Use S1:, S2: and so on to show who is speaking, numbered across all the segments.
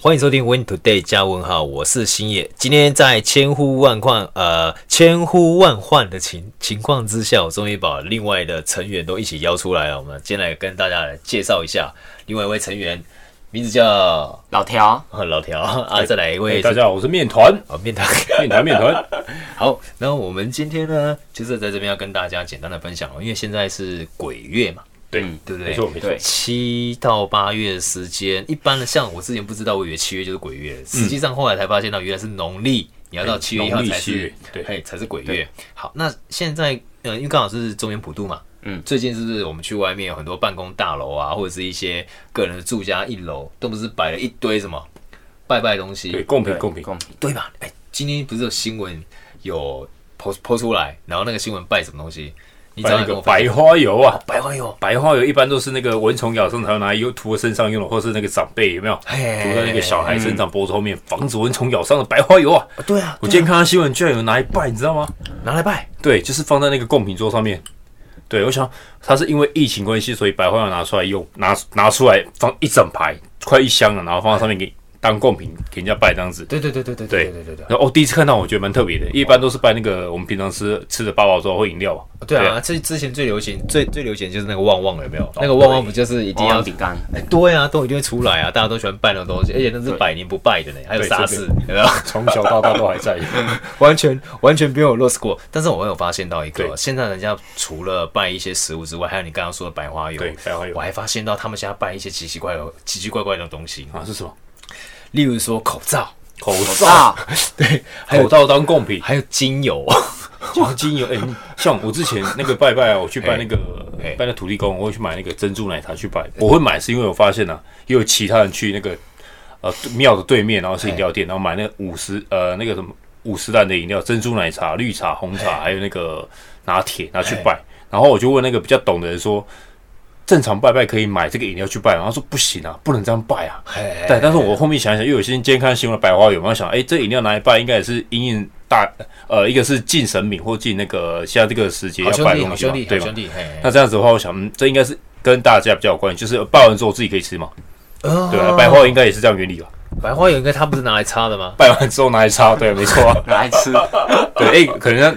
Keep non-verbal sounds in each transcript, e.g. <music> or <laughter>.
S1: 欢迎收听 Win Today 加问号，我是星野。今天在千呼万唤呃千呼万唤的情情况之下，我终于把另外的成员都一起邀出来了。我们先来跟大家来介绍一下另外一位成员，名字叫、 <laughs>
S2: 老条，
S1: 呃老条啊，再来一位
S3: 哎，
S1: 是
S3: 大家好，我是面团，
S1: 哦面堂。
S3: <laughs> 面团面团，
S1: <laughs> 好，那我们今天呢，就是在这边要跟大家简单的分享哦，因为现在是鬼月嘛，
S3: 对，
S1: 对不对？
S3: 嗯没错没错
S2: 对，
S1: 七到八月的时间，一般的像我之前不知道，我以为七月就是鬼月，实际上后来才发现到原来是农历，你要到七月一号
S3: 嗯农历
S1: 才
S3: 七
S1: 是
S3: 月，对
S1: 嘿才是鬼月。好，那现在呃，因为刚好是中原普渡嘛，
S2: 嗯
S1: 最近是不是我们去外面有很多办公大楼啊，或者是一些个人的住家一楼，都不是摆了一堆什么拜拜东西，
S3: 对，哎贡品
S2: 对
S3: 贡品，
S2: 贡品，
S1: 对吧？哎、今天不是有新闻有 po po 出来，然后那个新闻拜什么东西？你只
S3: 摆
S1: 要
S3: 那
S1: 跟
S3: 个
S1: 我分享哎
S3: 百花油啊，
S1: 白花油，
S3: 百花油一般都是那个蚊虫咬伤才会拿来用涂在身上用的，或是那个长辈有没有涂
S1: 嘿嘿嘿
S3: 在那个小孩生长脖子后面，防止蚊虫咬伤的白花油啊。
S1: 哦对啊，
S3: 我
S1: 对啊
S3: 今天看到新闻，居然有拿来拜，你知道吗？
S1: 拿来拜。
S3: 对，就是放在那个贡品桌上面。对，我想它是因为疫情关系，所以白花油拿出来用，拿拿出来放一整排，快一箱了，然后放在上面给当贡品给人家拜这样子。
S1: 对对对对对
S3: 对
S1: 对对对
S3: 然后哦，第一次看到，我觉得蛮特别的。一般都是拜那个我们平常吃吃的八宝粥或饮料嘛。
S1: 对
S3: 对
S1: 啊！
S3: 啊哦
S1: 这之前最流行、最最流行就是那个旺旺有没有？那个旺旺不就是一定
S2: 王
S1: 要
S2: 王饼干，
S1: 哎，对啊，都一定会出来啊！大家都喜欢拜那种东西，而且那是
S2: 对
S1: 百年不败的呢，还有
S3: 嗯对
S1: 沙士，
S3: 这
S1: 有没有？ <laughs>
S3: 从小到大都还在。
S1: 完全完全没有 loss 过。但是我有发现到一个，
S3: 对
S1: 现在人家除了拜一些食物之外，还有你刚刚说的百花油，
S3: 对百花油
S1: 我还发现到他们现在拜一些奇奇怪怪、奇奇怪怪的东西，
S3: <laughs> 啊，是什么？
S1: 例如说口罩，
S3: 口罩，
S2: 大
S1: 对，还
S3: 口
S1: 有
S3: 罩当贡品，
S1: 还有精
S3: <laughs>
S1: 油，
S3: 像精油。哎、像我之前那个拜拜啊，我去拜那个
S1: 嘿嘿
S3: 拜那土地公，我会去买那个珍珠奶茶去拜。我会买是因为我发现啊，也有其他人去那个呃庙的对面，然后是饮料店，然后买那个五十呃那个什么五十蛋的饮料，珍珠奶茶、绿茶、红茶，还有那个拿铁，拿去拜。然后我就问那个比较懂的人说。正常拜拜可以买这个饮料去拜，然后他说不行啊，不能这样拜啊，
S1: 哎
S3: 对，但是我后面想一想，因为有些人今天看新闻，白花有没有想，哎、这饮料拿来拜，应该也是因应大呃，一个是敬神明或敬那个现在这个时节
S1: 好
S3: 要
S1: 兄
S3: 拜的
S1: 弟，
S3: 东
S1: 好
S3: 西嘛
S1: 兄弟，，好
S3: 对
S1: 兄
S3: 吗？
S1: 弟，嘿，
S3: 那这样子的话，我想，嗯，这应该是跟大家比较有关系，就是拜完之后自己可以吃嘛，对啊，百花应该也是这样原理吧？
S1: 哦百花油应该它不是拿来擦的吗？
S3: 拜完之后拿来擦，对，没错、啊，
S2: 拿来吃，
S3: 对，哎、可
S1: <laughs>
S3: 能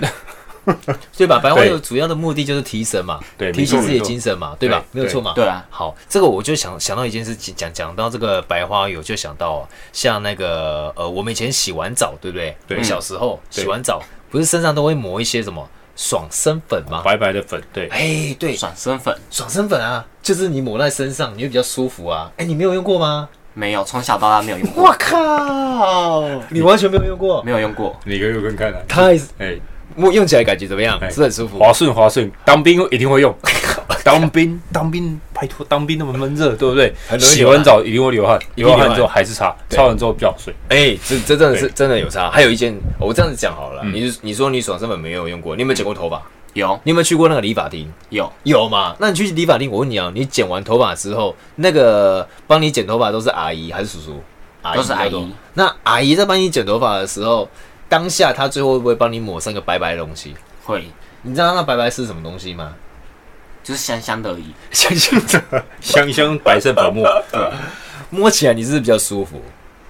S1: 对吧？白花油
S3: 对
S1: 主要的目的就是提神嘛，
S3: 对
S1: 提起
S3: 没错
S1: 自己的精神嘛，对吧？没
S3: 对
S1: 有错嘛。
S2: 对啊，
S1: 好，这个我就想想到一件事情，讲讲到这个白花油，就想到像那个呃，我们以前洗完澡，对不对？
S3: 对
S1: 我小时候
S3: 对
S1: 洗完澡，不是身上都会抹一些什么爽身粉吗？
S3: 白白的粉，对，
S1: 哎，对，
S2: 爽身粉
S1: 爽身粉啊，就是你抹在身上，你会比较舒服啊。哎，你没有用过吗？
S2: 没有，从小到大没有用过，
S1: 我靠，你完全没有用过，
S2: 没有用过，
S3: 你可以跟看啊，
S1: 太
S3: 哎、
S1: 摸用起来感觉怎么样？
S3: 哎
S1: 是不是很舒服。
S3: 滑顺滑顺，当兵一定会 <laughs> 用。当兵，当兵，拜托，当兵那么闷热，对不对
S1: 很？容易
S3: 洗
S1: 流汗
S3: 完澡一定会流汗，流完汗之后还是擦，
S1: 对
S3: 擦完之后比较好睡。
S1: 哎、这这真的是
S3: 对
S1: 真的有差。还有一件，我这样子讲好了，你你说你爽身粉没有用过，你有没有剪过头发？
S2: 有
S1: 你有没有去过那个理发厅？
S2: 有，
S1: 有嘛？那你去理发厅，我问你啊，你剪完头发之后，那个帮你剪头发都是阿姨还是叔叔？阿
S2: 都是阿姨
S1: 比较多。那阿姨在帮你剪头发的时候，当下她最后会不会帮你抹上个白白的东西？
S2: 会
S1: 你知道那白白是什么东西吗？ <laughs>
S2: 就是香香的而已，
S1: 想象着
S3: 香香白色粉末，
S1: 摸起来你是不是比较舒服？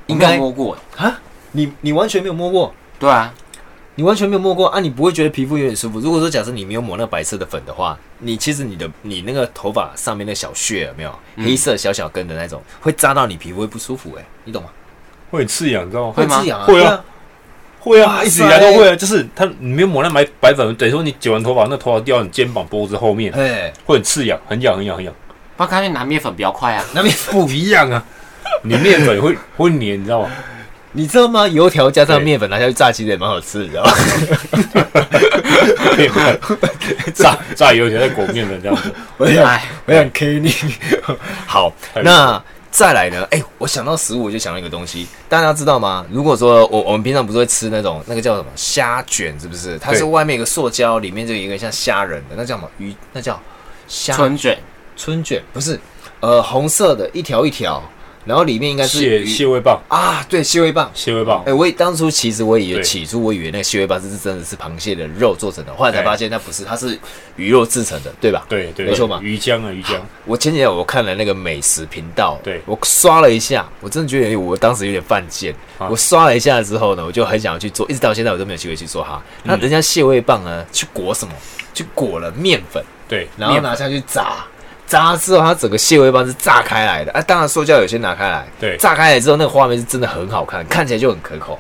S2: 我
S1: 应
S2: 没有
S1: 该
S2: 摸过，
S1: 啊，你你完全没有摸过，
S2: 对啊，
S1: 你完全没有摸过啊，你不会觉得皮肤有点舒服。如果说假设你没有抹那个白色的粉的话，你其实你的你那个头发上面那个小屑有没有、黑色小小根的那种，会扎到你皮肤会不舒服哎、你懂吗？
S3: 会很刺痒，你知道吗？
S2: 会吗
S1: 滋养啊，
S3: 会啊
S1: 对啊，
S3: 会
S1: 哇
S3: 啊，
S1: 塞
S3: 一直以来都会啊，就是它你没有抹那白白粉，等于说你剪完头发，那头发掉到你肩膀、脖子后面，
S1: 哎，
S3: 会很刺痒，很痒，很痒，很痒。
S2: 不然干脆拿面粉比较快啊，
S1: 那哦边
S3: 不一样啊，你面粉会 <laughs> 会黏，你知道吗？
S1: 你知道吗？油条加上面粉拿下去炸，其实也蛮好吃的，你知道吗？ <laughs>
S3: 面粉炸炸油条在裹面粉这样 <laughs> 子，
S1: 我想
S2: 哎，
S1: 我想 K 你。 <laughs> 好，
S3: 太
S1: 那再来呢？哎、我想到食物，我就想到一个东西，大家知道吗？如果说我我们平常不是会吃那种那个叫什么虾卷，是不是？它是
S3: 对
S1: 外面有个塑胶，里面就有一个像虾仁的，那叫什么鱼？那叫虾
S2: 春卷
S1: 春卷，不是？呃，红色的，一条一条，然后里面应该是
S3: 蟹
S1: 鱼
S3: 蟹味棒，
S1: 啊，对，蟹味棒。
S3: 蟹味棒
S1: 哎、，我也当初其实我以为
S3: 对
S1: 起初我以为那个蟹味棒是真的是螃蟹的肉做成的，后来才
S3: 哎
S1: 发现那不是，它是鱼肉制成的，对吧？
S3: 对对，
S1: 没错嘛。
S3: 鱼浆啊，鱼浆，
S1: 我前几天我看了那个美食频道，
S3: 对
S1: 我刷了一下，我真的觉得哎我当时有点犯贱。
S3: 啊
S1: 我刷了一下之后呢，我就很想要去做，一直到现在我都没有机会去做
S3: 嗯
S1: 哈。那人家蟹味棒呢，去裹什么？去裹了面粉，
S3: 对，
S1: 然后
S3: 面
S1: 拿下去炸，炸之后它整个蟹味棒是炸开来的。啊，当然塑胶有些拿开来，
S3: 对
S1: 炸开来之后那个画面是真的很好看，看起来就很可口。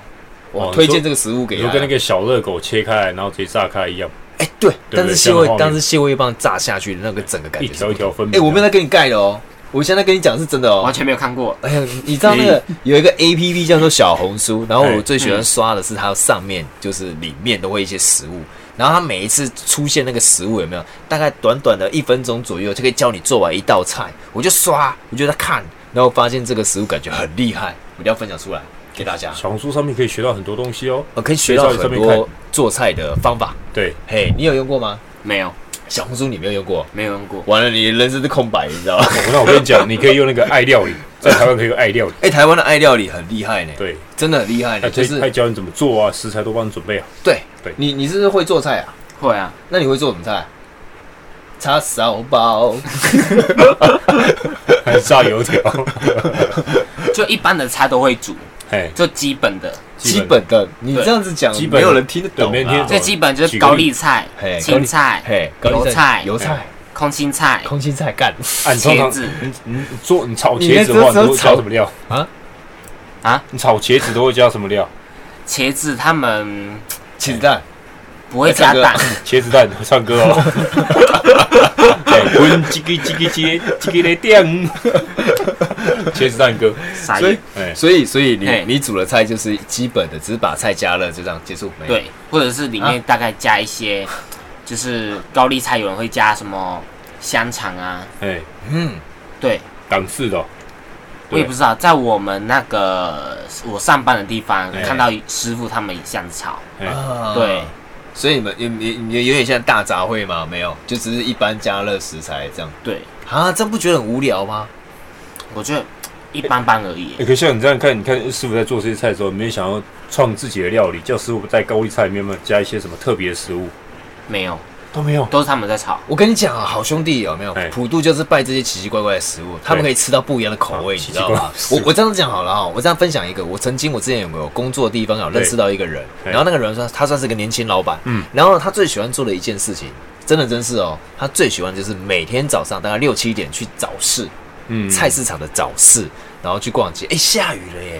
S1: 我
S3: 哦你
S1: 推
S3: 说
S1: 荐这个食物给
S3: 你
S1: 他
S3: 就。跟那个小热狗切开来，然后直接炸开一样，
S1: 哎，对，
S3: 对
S1: 但是蟹
S3: 像那
S1: 味
S3: 画，面
S1: 但是蟹味棒炸下去的那个整个感
S3: 一
S1: 觉是
S3: 条
S1: 不
S3: 一
S1: 同，
S3: 条分
S1: 哎，
S3: 明。
S1: 我没有在跟你盖的哦，我现在跟你讲是真的哦，
S2: 完全没有看过。
S1: 哎呀，你知道那个有一个 A P P 叫做小红书，然后我最喜欢刷的是它上面就是里面都会一些食物，然后它每一次出现那个食物有没有，大概短短的一分钟左右就可以教你做完一道菜，我就刷，我就在看，然后发现这个食物感觉很厉害，我一定要分享出来给大家，
S3: 小红书上面可以学到很多东西哦。
S1: 我可以学到
S3: 介绍
S1: 很
S3: 你上面
S1: 多做菜的方法。
S3: 对，
S1: 嘿，你有用过吗？
S2: 没有，
S1: 小红书你没有用过，
S2: 没有用过。
S1: 完了你人生是空白，你知道吗？
S3: 哦那我跟你讲，你可以用那个爱料理，在台湾可以用
S1: <laughs>
S3: 爱料理。
S1: <laughs> 哎、台湾的爱料理很厉害呢，
S3: 对，
S1: 真的很厉害呢，
S3: 他可
S1: 哎就
S3: 以
S1: 是
S3: 他教你怎么做啊，食材都帮你准备好。 <laughs>
S1: 对，
S3: 对
S1: 你你是不是会做菜啊？
S2: 会啊，
S1: 那你会做什么菜？叉烧包，
S3: 还是
S1: <laughs>
S3: 炸油条，
S2: 就一般的菜都会煮，
S3: 哎，
S2: 就基本的，
S1: 基本的。你
S2: 对
S1: 这样子讲，
S3: 基本的
S1: 没有人听得懂、啊。
S3: 对没人听得懂
S2: 最基本就是高丽菜
S1: 嘿、高
S2: 青
S1: 丽
S2: 菜、
S1: 嘿，高
S2: 油
S1: 丽
S2: 菜、
S1: 油菜、
S3: 哎
S2: 空心菜、
S1: 空心菜干
S3: 按通
S2: 茄
S3: 常
S2: 子
S3: 啊你你你做你炒
S1: 你
S3: 茄子的话，
S1: 那时候
S3: 你会
S1: 炒
S3: 加什么料
S1: 啊？
S2: 啊？
S3: 你炒茄子都会加什么料？ <laughs>
S2: 茄子，他们
S1: 茄子
S3: 哎
S1: 蛋。
S2: 不会加
S1: 哎
S2: 蛋，
S3: 茄子蛋会唱歌
S1: <laughs>
S3: 哦。哎，滚叽叽叽叽叽叽叽嘞电，
S1: <laughs>
S3: 茄子蛋歌。
S2: 傻
S1: 所以
S2: 眼。
S3: 哎，
S1: 所以所以你
S2: 嘿
S1: 你煮的菜就是基本的，只是把菜加热就这样结束。没有，
S2: 对，或者是里
S1: 啊
S2: 面大概加一
S1: <laughs>
S2: 些，就是高丽菜，有人会加什么香肠啊？
S3: 哎，
S1: 嗯，
S2: 对，
S3: 港式的哦，
S2: 我也不知道，在我们那个我上班的地方
S3: 哎
S2: 看到师傅他们也这样炒，
S3: 哎，
S1: 啊
S2: 对。
S1: 所以你们你你你有点像大杂烩吗？没有，就只是一般加热食材这样
S2: 对
S1: 啊，这样不觉得很无聊吗？
S2: 我觉得一般般而已
S1: 哎
S3: 欸、。可像你这样看，你看师傅在做这些菜的时候，你没有想要创自己的料理，叫师傅在高丽菜里面有没有加一些什么特别的食物？
S2: 没有，
S3: 都没有。
S2: 都是他们在炒。
S1: 我跟你讲啊，好兄弟有没有
S3: 哎？
S1: 普渡就是拜这些奇奇怪怪的食物，他们可以吃到不一样的口味，
S3: 啊
S1: 你知道吗？
S3: 奇奇怪怪
S1: 我我这样讲好了啊哈，我这样分享一个，我曾经我之前有个工作的地方有认识到一个人，
S3: 对
S1: 然后那个人算他算是个年轻老板，
S3: 哎嗯
S1: 然后他最喜欢做的一件事情，真的真是哦，他最喜欢就是每天早上大概六七点去早市，
S3: 嗯
S1: 菜市场的早市，然后去逛街。哎，下雨了耶！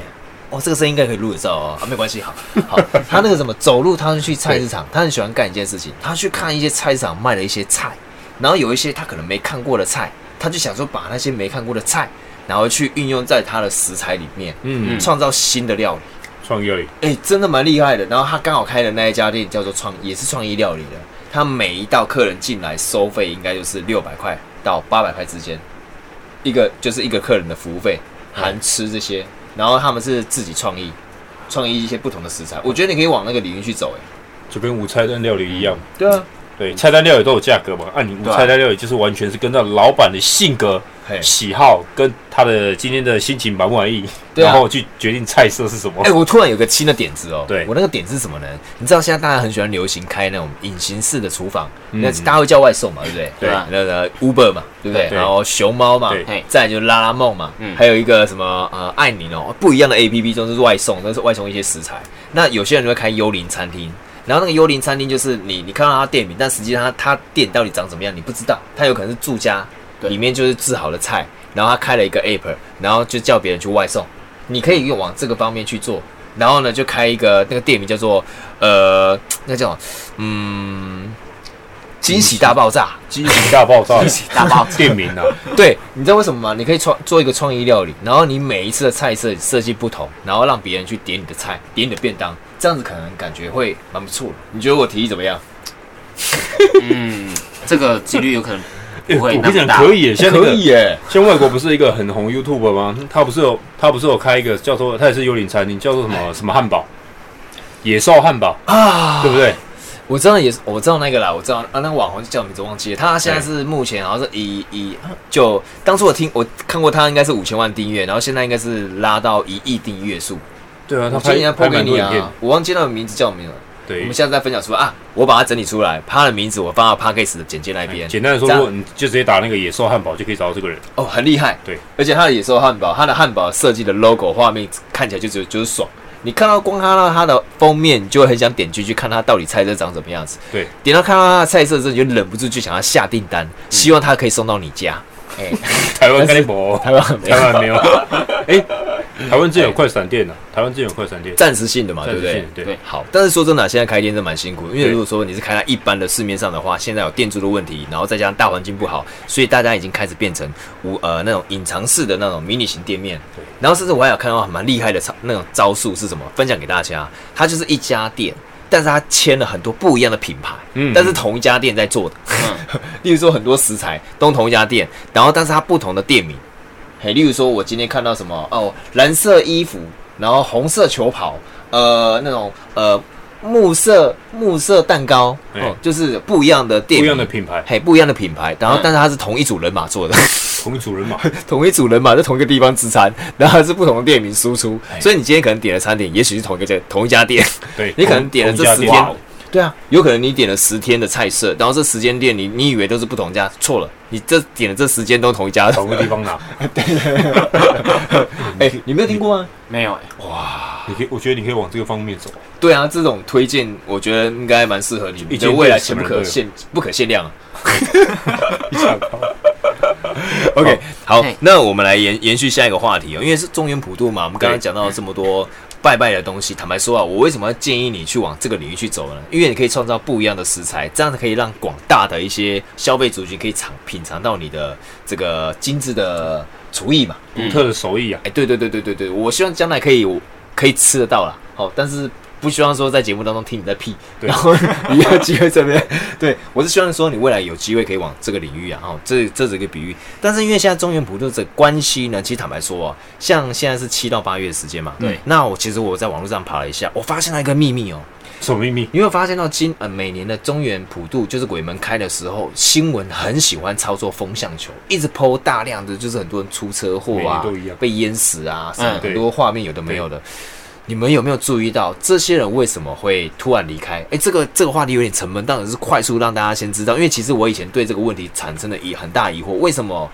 S1: 哦，这个声音应该可以录得到哦，啊，没关系，好，好。他那个什么，走路他去菜市场，他很喜欢干一件事情，他去看一些菜市场卖的一些菜，然后有一些他可能没看过的菜，他就想说把那些没看过的菜，然后去运用在他的食材里面，
S3: 嗯
S2: 嗯
S1: 创造新的料理。
S3: 创料理，
S1: 哎、真的蛮厉害的。然后他刚好开的那一家店叫做创，也是创意料理的。他每一道客人进来收费应该就是六百块到八百块之间，一个就是一个客人的服务费，含吃这些。然后他们是自己创意，创意一些不同的食材。我觉得你可以往那个领域去走、哎，
S3: 就跟无菜单料理一样。
S1: 对啊，
S3: 对，菜单料理都有价格嘛。按、你无
S2: 对啊
S3: 菜单料理就是完全是跟到老板的性格、
S1: 嘿，
S3: 喜好跟他的今天的心情满不满意，
S1: 对啊
S3: 然后去决定菜色是什么。
S1: 哎、我突然有个新的点子哦。
S3: 对
S1: 我那个点子是什么呢？你知道现在大家很喜欢流行开那种隐形式的厨房，
S3: 嗯
S1: 那、大家会叫外送嘛，对不对？
S3: 对
S2: 啊
S1: 那个 Uber 嘛，对不对？
S3: 对
S1: 然后熊猫嘛
S3: 对
S2: 嘿，
S1: 再来就是拉拉梦嘛，
S2: 嗯
S1: 还有一个什么呃爱你哦，不一样的 APP 都是外送，都是外送一些食材。那有些人会开幽灵餐厅。然后那个幽灵餐厅就是你，你看到它店名，但实际上它它店到底长怎么样你不知道，它有可能是住家，
S2: 对
S1: 里面就是制好的菜，然后他开了一个 app，然后就叫别人去外送。你可以用往这个方面去做，然后呢，就开一个那个店名叫做呃，那叫什么嗯，惊喜大爆炸。
S3: 惊喜大爆炸，
S2: 惊喜
S1: <laughs>
S2: 大爆炸
S3: 店名啊，
S1: 对，你知道为什么吗？你可以创做一个创意料理，然后你每一次的菜色设计不同，然后让别人去点你的菜，点你的便当，这样子可能感觉会蛮不错的。你觉得我提议怎么样？
S2: 嗯，这个几率有可能不
S3: 哎我
S2: 会
S3: 跟
S2: 那
S3: 你
S2: 么
S3: 讲
S2: 大。
S3: 可以耶，像那个
S1: 耶！
S3: 像外国不是一个很红 YouTube 吗？他不是有他不是有开一个叫做他也是幽灵餐厅，叫做什么什么汉堡，野兽汉堡，
S1: 哎啊，
S3: 对不对？
S1: 我知道也是，我知道那个啦，我知道啊，那个网红叫名字忘记了，他现在是目前好像是以以就当初我听我看过他应该是五千万订阅，然后现在应该是拉到一亿订阅数。
S3: 对啊，他
S1: 我建
S3: 拍
S1: 议他
S3: 拍
S1: 抛给
S3: 蛮多
S1: 你
S3: 影片
S1: 啊，，我忘记那个名字叫什么了。我
S3: 对
S1: 们。下次再分享出来啊，我把它整理出来，他的名字我放到 p a c k a g e 的简介那边。
S3: 哎简单的说，
S1: 这
S3: 如
S1: 样
S3: 果你就直接打那个野兽汉堡，就可以找到这个人。
S1: 哦，很厉害。
S3: 对，
S1: 而且他的野兽汉堡，他的汉堡设计的 logo 画面看起来就只有就是爽。你看到光看到它的封面，你就会很想点进去看它到底菜色长什么样子。 <laughs>
S3: 对，
S1: 点到看到它的菜色之后，你就忍不住就想要下订单，
S3: 嗯
S1: 希望它可以送到你
S3: <laughs>
S1: 家。
S2: 哎、
S3: 台湾开博，
S1: 台湾没
S3: 台
S1: 有，<laughs>
S3: 湾没有。哎，台湾之前有快闪店呢，啊台湾之前有快闪店，
S1: 暂时性的嘛，对
S3: 暂
S1: 不
S3: 时
S1: 对
S3: 性？对
S2: 对
S1: 好，但是说真的啊、现在开店真的蛮辛苦，因为
S3: 对
S1: 如果说你是开在一般的市面上的话，现在有店租的问题，然后再加上大环境不好，所以大家已经开始变成无呃那种隐藏式的那种迷你型店面
S3: 对。
S1: 然后甚至我还有看到蛮厉害的招那种招数是什么，分享给大家。它就是一家店，但是它签了很多不一样的品牌，
S3: 嗯
S1: 但是同一家店在做的。 <laughs> 例如说很多食材都同一家店，然后但是它不同的店名。嘿，例如说我今天看到什么哦，蓝色衣服，然后红色球袍，呃，那种呃木色木色蛋糕，哦
S3: 哎，
S1: 就是不一样的店，
S3: 不一样的，品牌，
S1: 嘿，不一样的品牌，然后
S2: 嗯
S1: 但是它是同一组人马做的， <laughs>
S3: 同一组人嘛。
S1: 同一组人马在同一个地方吃餐，然后它是不同的店名输出，
S3: 哎
S1: 所以你今天可能点的餐点，也许是同一个家同一家店，
S3: 对，
S1: 你可能点了这十
S3: 同一
S1: 天
S3: 家店，
S1: 对啊，有可能你点了十天的菜色，然后这十间店你你以为都是不同家，错了，你这点的这十间都同一家。
S3: 同个地方拿。
S1: <laughs> 哎、你没有听过吗？
S2: 没有哎、
S3: 嗯你可以，我觉得你可以往这个方面走。
S1: 对啊，这种推荐我觉得应该蛮适合你，
S3: 一
S1: 你
S3: 间
S1: 的
S3: 店
S1: 未来
S3: 什
S1: 前
S3: 么
S1: 不
S3: 人
S1: 可
S3: 都有
S1: 限不可限量啊。
S3: 一下高
S1: OK，好
S2: 嘿，
S1: 那我们来延延续下一个话题哦，因为是中原普渡嘛，我们刚刚
S3: 对
S1: 讲到这么多拜拜的东西，坦白说啊，我为什么要建议你去往这个领域去走呢？因为你可以创造不一样的食材，这样子可以让广大的一些消费族群可以尝品尝到你的这个精致的厨艺嘛。
S2: 嗯
S3: 独特的手艺啊，
S1: 哎，对对对对对对，我希望将来可以我可以吃得到啦。好、但是不希望说在节目当中听你在屁，
S3: 对
S1: 然后你有机会这边，对我是希望说你未来有机会可以往这个领域啊，哦，这这是一个比喻。但是因为现在中原普渡的关系呢，其实坦白说啊，像现在是七到八月的时间嘛，
S2: 对
S1: 那我其实我在网络上爬了一下，我发现了一个秘密哦，
S3: 什么秘密？
S1: 你会发现到今呃每年的中原普渡就是鬼门开的时候，新闻很喜欢操作风向球，一直抛大量的就是很多人出车祸
S3: 每
S1: 啊
S3: 年都一样，
S1: 被淹死啊，什么
S2: 嗯
S1: 很
S3: 对
S1: 多画面有的没有的。你们有没有注意到这些人为什么会突然离开？哎，这个这个话题有点沉闷，当然是快速让大家先知道，因为其实我以前对这个问题产生了疑很大疑惑，为什么？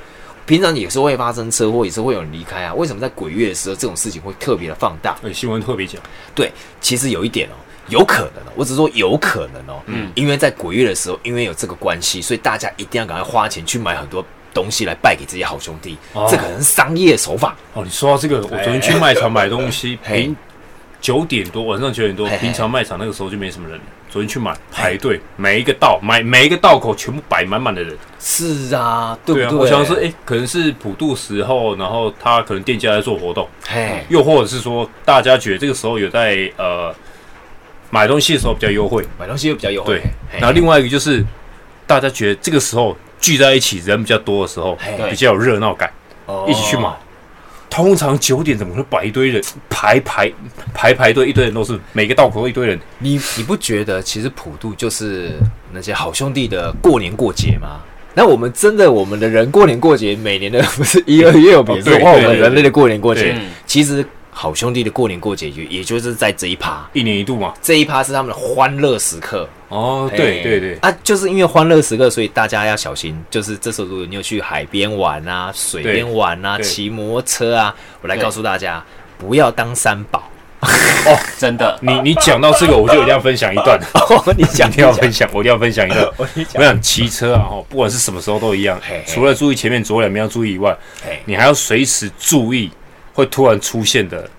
S1: 平常也是会发生车祸，也是会有人离开啊。为什么在鬼月的时候，这种事情会特别的放大？
S3: 哎，新闻特别讲，
S1: 对，其实有一点哦，有可能哦，我只是说有可能哦，嗯，因为在鬼月的时候，因为有这个关系，所以大家一定要赶快花钱去买很多东西来拜给自己好兄弟，
S3: 哦
S1: 这可能是商业手法。
S3: 哦，你说到这个，我昨天去卖场买东西，
S1: 哎 <laughs> 嘿
S3: 平九点多，晚上九点多
S1: 嘿嘿，
S3: 平常卖场那个时候就没什么人。昨天去买，排队，每一个道买每一个道口全部摆满满的人。
S1: 是啊，对不
S3: 啊，我想是，哎，可能是普渡时候，然后他可能店家在做活动，
S1: 嘿，
S3: 又或者是说大家觉得这个时候有在呃买东西的时候比较优惠。
S1: 买东西又比较优惠
S3: 对，，
S1: 嘿
S3: 然后另外一个就是大家觉得这个时候聚在一起人比较多的时候
S1: 嘿，
S3: 比较有热闹感，
S1: 哦
S3: 一起去买。。哦通常九点怎么会摆一堆人排排排排队，一堆人都是每个道口都一堆人，
S1: 你你不觉得其实普渡就是那些好兄弟的过年过节吗？那我们真的我们的人过年过节，每年的不是一二月有别说
S3: 哦对
S1: 哇，我
S3: 对
S1: 们
S3: 对
S1: 人类的过年过
S3: 对
S1: 节
S2: 嗯，
S1: 其实好兄弟的过年过节也也就是在这一趴。
S3: 一年一度嘛。
S1: 这一趴是他们的欢乐时刻。
S3: 哦，对
S1: 哎
S3: 对对，
S1: 啊，就是因为欢乐时刻，所以大家要小心。就是这时候，如果你有去海边玩啊、水边玩啊、
S3: 对
S1: 骑摩托车啊，我来
S2: 对
S1: 告诉大家，不要当三宝。 <laughs>
S2: 真的，
S3: 你你讲到这 <laughs> 个，我就一定要分享一段，
S1: 哦，你讲
S3: 啊一定要
S1: 你讲
S3: 分享，我一定要分享一段。
S1: 我跟你
S3: <laughs> 我
S1: 讲，
S3: 想骑车啊，哦，不管是什么时候都一样
S1: 嘿嘿，
S3: 除了注意前面左两边要注意以外，
S1: 嘿
S3: 你还要随时注意会突然出现的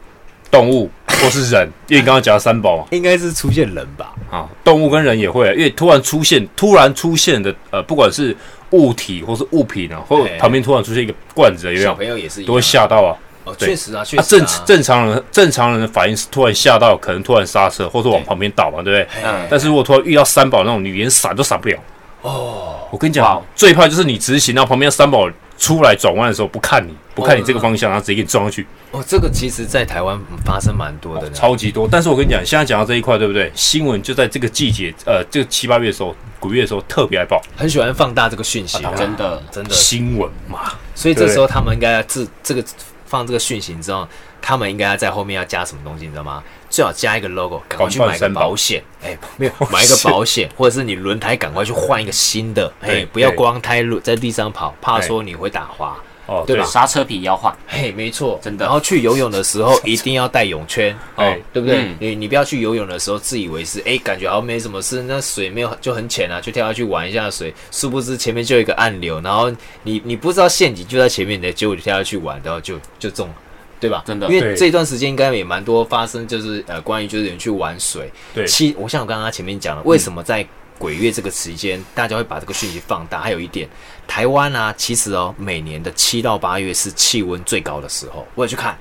S3: 动物或是人，因为你刚刚讲到三宝嘛，
S1: 应该是出现人吧？
S3: 啊，动物跟人也会，因为突然出现、突然出现的，呃，不管是物体或是物品啊，或
S1: 嘿
S3: 旁边突然出现一个罐子，有没
S1: 哎小
S3: 有
S1: 朋友也是一样
S3: 都会吓到啊。
S1: 哦，
S3: 对
S1: 确实啊，确
S3: 啊，
S1: 实
S3: 正
S1: 啊，
S3: 正常人正常人的反应是突然吓到，可能突然刹车，或者往旁边倒嘛，对不啊对？
S1: 嗯
S2: 嗯，
S3: 但是如果突然遇到三宝那种，你连闪都闪不了。
S1: 哦，
S3: 我跟你
S2: 哇
S3: 讲
S2: 哦，
S3: 最怕就是你直行，然后旁边三宝出来转弯的时候不看你，不看你这个方向，然后直接给你撞上去，
S1: 哦，这个其实在台湾嗯发生蛮多的呢。
S3: 哦
S1: 嗯
S3: 超级多。但是我跟你讲，现在讲到这一块，对不对？新闻就在这个季节，呃，这个七八月的时候，古月的时候特别爱报
S1: 很喜欢放大这个讯息啊，
S2: 真的
S1: 真的。
S3: 新闻嘛。
S1: 所以这
S3: 对
S1: 时候他们应该要自这个放这个讯息之后，他们应该要在后面要加什么东西，你知道吗？最好加一个 logo，赶快去买个保险。哎、没有买一个保
S3: <laughs>
S1: 险，或者是你轮胎赶快去换一个新的。哎、
S3: 对
S1: 不要
S3: 对
S1: 光胎轮在地上跑，怕
S3: 对
S1: 说你会打滑。
S3: 哦，
S1: 对吧
S2: 刹车皮要换，
S1: 嘿，没错，
S2: 真的
S1: 然后去游泳的时 <laughs> 候一定要带泳圈，哦
S3: 哎，
S1: 对不对
S2: 嗯？
S1: 你你不要去游泳的时候自以为是，哎，感觉好像没什么事，那水没有就很浅啊，就跳下去玩一下水，殊不知前面就有一个暗流，然后你你不知道陷阱就在前面的，结果你跳下去玩，然后就就中了。对吧？
S2: 真的
S1: 因为
S3: 对
S1: 这段时间应该也蛮多发生，就是呃，关于就是有人去玩水。
S3: 对
S1: 其我像我刚刚前面讲了，为什么在鬼月这个时间，大家会把这个讯息放大？还有一点，台湾啊，其实哦，每年的七到八月是气温最高的时候，我也去看，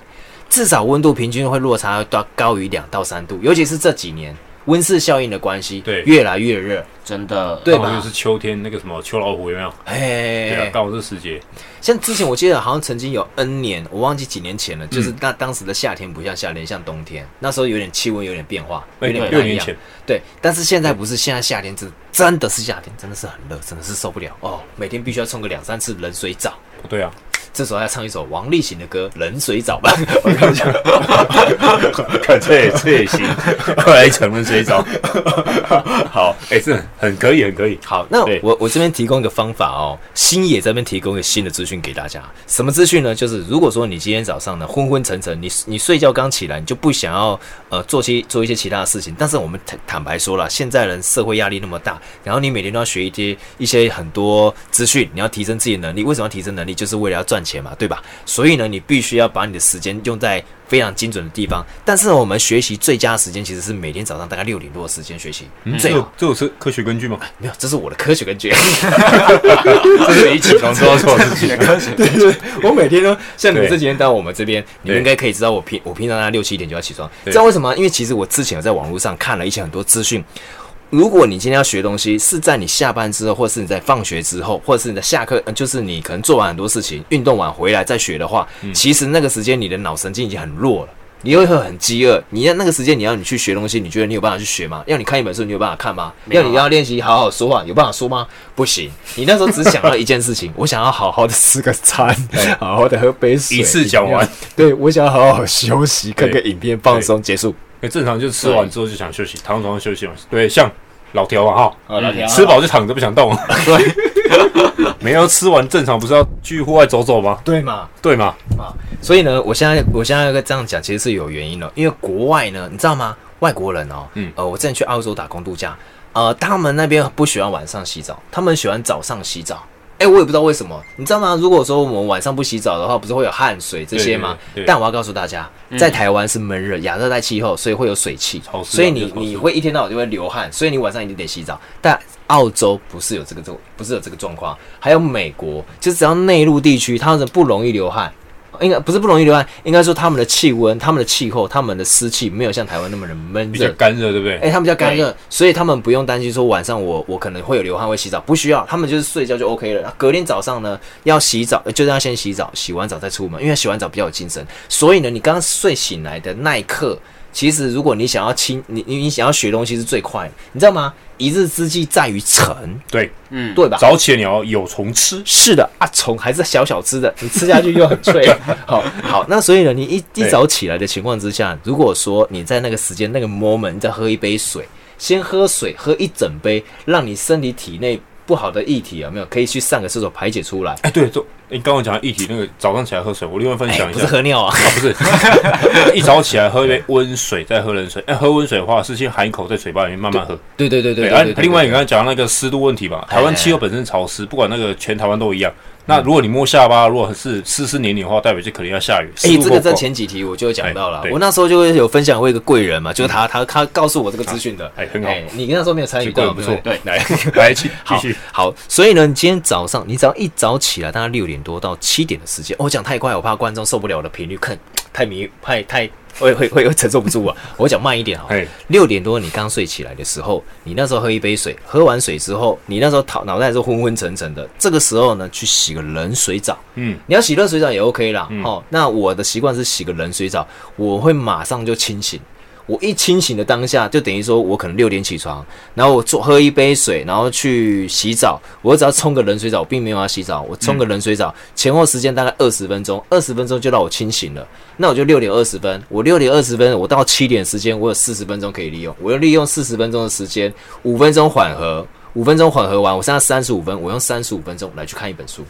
S1: 至少温度平均会落差到高于两到三度，尤其是这几年温室效应的关系，
S3: 对
S1: 越来越热，
S2: 真的
S1: 对
S3: 刚好
S1: 吧
S3: 又是秋天那个什么秋老虎有没有？对啊
S1: 哎，，
S3: 刚好这时节。
S1: 像之前我记得好像曾经有 N 年，我忘记几年前了，
S3: 嗯
S1: 就是那当时的夏天不像夏天，像冬天，那时候有点气温有点变化，有
S3: 哎
S1: 点不
S3: 六
S1: 太一
S3: 年
S1: 样
S3: 前，
S1: 对，但是现在不是，现在夏天真真的是夏天，真的是很热，真的是受不了哦，每天必须要冲个两三次冷水澡。<laughs>
S3: 对啊，
S1: 这时候要唱一首王力行的歌《冷水澡》吧。 <laughs> 我跟你讲，
S3: 看这也这也行， <laughs> 后来成了谁招？ <laughs> 好，哎、这很可以，很可以。
S1: 好，那
S3: 对
S1: 我我这边提供一个方法哦，星野这边提供一个新的资讯给大家。什么资讯呢？就是如果说你今天早上呢昏昏沉沉，你你睡觉刚起来，你就不想要呃做些做一些其他的事情。但是我们坦坦白说了，现在人社会压力那么大，然后你每天都要学一些一些很多资讯，你要提升自己的能力。为什么要提升能力？就是为了要赚钱嘛，对吧？所以呢，你必须要把你的时间用在非常精准的地方。但是呢我们学习最佳的时间其实是每天早上大概六点多的时间学习，
S3: 这
S1: 最好
S3: 有这有是科学根据吗？
S1: 没有，这是我的科学根据。
S3: 这是你起床之后做的事情。
S1: 对对，我每天都像你
S3: 对
S1: 这几天到我们这边，你们
S3: 对
S1: 应该可以知道我平我平常大概六七点就要起床，
S3: 对
S1: 知道为什么吗？因为其实我之前有在网络上看了一些很多资讯。如果你今天要学东西，是在你下班之后，或是你在放学之后，或者是你在下课，呃就是你可能做完很多事情，运动完回来再学的话，其实那个时间你的脑神经已经很弱了。你又会很饥饿，你要那个时间你要你去学东西，你觉得你有办法去学吗？要你看一本书，你有办法看吗？
S2: 没有
S1: 要
S2: 啊
S1: 你要练习好好说话，有办法说吗？不行，你那时候只想到一件事情，我想要好好的吃个餐，好好的喝杯水，
S3: 一次讲完，
S1: <laughs> 对我想要好好休息，看个影片放松，结束。
S3: 哎正常就是吃完之后就想休息，躺床上休息嘛。对，像老条啊
S1: 好老条
S3: 哈，吃饱就躺着不
S1: <laughs>
S3: 想动。对，没有吃完正常不是要去户外走走吗？
S1: 对嘛？
S3: 对吗？
S1: 所以呢，我现在我现在要这样讲，其实是有原因的，因为国外呢，你知道吗？外国人哦，
S3: 嗯
S1: 呃，我之前去澳洲打工度假，呃，他们那边不喜欢晚上洗澡，他们喜欢早上洗澡。哎、我也不知道为什么，你知道吗？如果说我们晚上不洗澡的话，不是会有汗水这些吗？
S3: 对对对嗯
S1: 但我要告诉大家，在台湾是闷热亚热带气候，所以会有水汽，
S3: 潮湿啊
S1: 所以
S3: 就是
S1: 你
S3: 潮湿
S1: 你会一天到晚就会流汗，所以你晚上一定得洗澡。但澳洲不是有这个这不是有这个状况，还有美国，就只要内陆地区，他们不容易流汗，应该不是不容易流汗，应该说他们的气温、他们的气候、他们的湿气没有像台湾那么的闷
S3: 比较
S1: 热。
S3: 干热，对不
S1: 哎、
S3: 对？
S1: 他们比较干热，所以他们不用担心说晚上我我可能会有流汗会洗澡，不需要，他们就是睡觉就 OK 了。隔天早上呢要洗澡，呃就是要先洗澡，洗完澡再出门，因为洗完澡比较有精神。所以呢，你刚刚睡醒来的那一刻，其实如果你想要清，你你你想要学东西是最快的，你知道吗？一日之计在于晨，
S3: 对，
S2: 嗯，
S1: 对吧？
S3: 早起你要有虫吃。
S1: 是的，啊，虫还是小小只的， <laughs> 你吃下去又很
S3: <laughs>
S1: 脆。好好，那所以呢，你一一
S3: 对
S1: 早起来的情况之下，如果说你在那个时间那个 moment 你再喝一杯水，先喝水，喝一整杯，让你身体体内不好的液体有没有可以去上个厕所排解出来？
S3: 哎，对，就你刚刚讲的议题那个早上起来喝水，我另外分享一
S1: 不
S3: 下
S1: 是。喝尿啊，
S3: 哎啊，不是， <laughs> 一早起来喝一杯温水，再喝冷水。哎、喝温水的话是先含一口在嘴巴里面慢慢喝。
S1: <laughs> 对对对对
S3: 啊
S1: 对对。对哎
S3: 另外你刚才讲到那个湿度问题嘛，台湾气候本身潮湿，不管那个全台湾都一样。
S1: 嗯
S3: 那如果你摸下巴，如果是湿湿黏黏的话，代表就可能要下雨。
S1: 哎、
S3: 湿
S1: 这
S3: 度够
S1: 个
S3: 够
S1: 在前几题我就有讲到了
S3: 哎，对嗯
S1: 我那时候就会有分享过一个贵人嘛，就是他，他他告诉我这个资讯的，
S3: 哎很好
S1: 你那时候没有参与
S3: 这贵
S1: 到，
S3: 人不错
S1: 对哎 <laughs> 不对，来。
S3: 来继继
S1: 好
S3: 续，
S1: 好，所以呢，你今天早上你只要一早起来，大概六点多到七点的时间，哦我讲太快，我怕观众受不了我的频率，看太迷太太会会会会承受不
S3: <laughs>
S1: 住啊。我讲慢一点好了
S3: 嘿，
S1: 六点多你刚睡起来的时候，你那时候喝一杯水，喝完水之后，你那时候脑脑袋是昏昏沉沉的，这个时候呢去洗个冷水澡。
S3: 嗯，
S1: 你要洗热水澡也 OK 啦。哦，那我的习惯是洗个冷水澡，我会马上就清醒。我一清醒的当下，就等于说我可能六点起床，然后我做喝一杯水，然后去洗澡。我只要冲个冷水澡，我并没有要洗澡，我冲个冷水澡，前后时间大概二十分钟，二十分钟就让我清醒了。那我就六点二十分，我六点二十分，我到七点时间，我有四十分钟可以利用，我要利用四十分钟的时间，五分钟缓和，五分钟缓和完，我剩下三十五分，我用三十五分钟来去看一本书。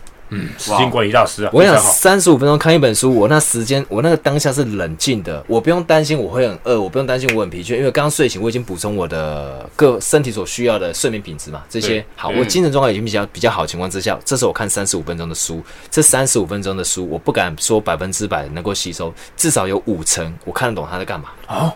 S3: 时间管理大师啊，
S1: <laughs> 我
S3: 非
S1: 想
S3: 常好。
S1: 三十五分钟看一本书，我那时间，我那个当下是冷静的，我不用担心我会很饿，我不用担心我很疲倦，因为刚刚睡醒，我已经补充我的各身体所需要的睡眠品质嘛，这些
S3: 对
S1: 好，
S2: 嗯
S1: 我精神状况已经比较比较好的情况之下，这时候我看三十五分钟的书，这三十五分钟的书，我不敢说百分之百能够吸收，至少有五成我看得懂他在干嘛。
S3: 好，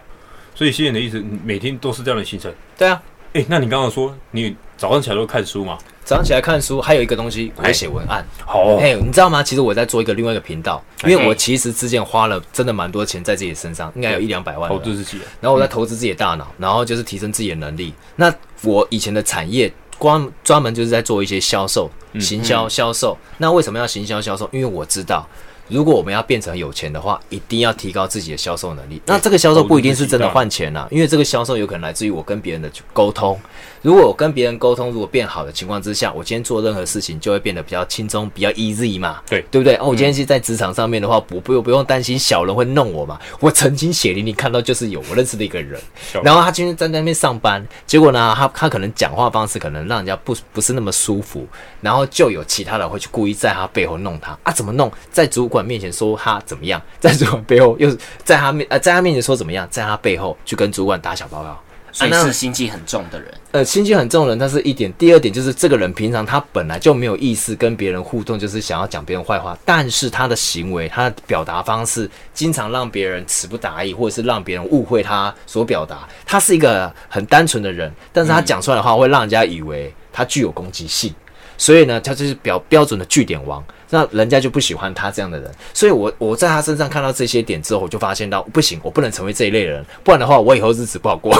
S3: 所以新人的意思，你每天都是这样的行程。
S1: 对啊，
S3: 哎、那你刚刚说你早上起来都看书嘛？
S1: 早上起来看书，还有一个东西，我会写文案。
S3: 好、哦，
S1: 哎、你知道吗？其实我在做一个另外一个频道，因为
S2: 哎
S1: 我其实之前花了真的蛮多钱在自己身上，应该有一两百万了。
S3: 投资自己。
S1: 然后我在投资自己的大脑，然后就是提升自己的能力。那我以前的产业光专门就是在做一些销售、行销、销售。那为什么要行销销售？因为我知道，如果我们要变成有钱的话，一定要提高自己的销售能力。那这个销售不一定是真的换钱啊啦、因为这个销售有可能来自于我跟别人的沟通。如果我跟别人沟通，如果变好的情况之下，我今天做任何事情就会变得比较轻松、比较 easy 嘛。
S3: 对
S1: 对不对？哦，我今
S3: 嗯
S1: 天是在职场上面的话，我不我不用担心小人会弄我嘛。我曾经血淋淋看到就是有我认识的一个人
S3: 小，人
S1: 然后他今天在那边上班，结果呢，他他可能讲话方式可能让人家不不是那么舒服，然后就有其他人会去故意在他背后弄他啊，怎么弄？在主管面前说他怎么样， <laughs> 在主管背后又在他面呃在他面前说怎么样，在他背后去跟主管打小报告。
S2: 所以
S1: 啊那
S2: 是心机很重的人。
S1: 呃，心机很重的人，但是一点。第二点就是，这个人平常他本来就没有意识跟别人互动，就是想要讲别人坏话，但是他的行为、他的表达方式，经常让别人词不达意，或者是让别人误会他所表达。他是一个很单纯的人，但是他讲出来的话会让人家以为他具有攻击性。所以呢，他就是标标准的据点王，那人家就不喜欢他这样的人。所以我我在他身上看到这些点之后，我就发现到不行，我不能成为这一类人，不然的话，我以后日子不好过。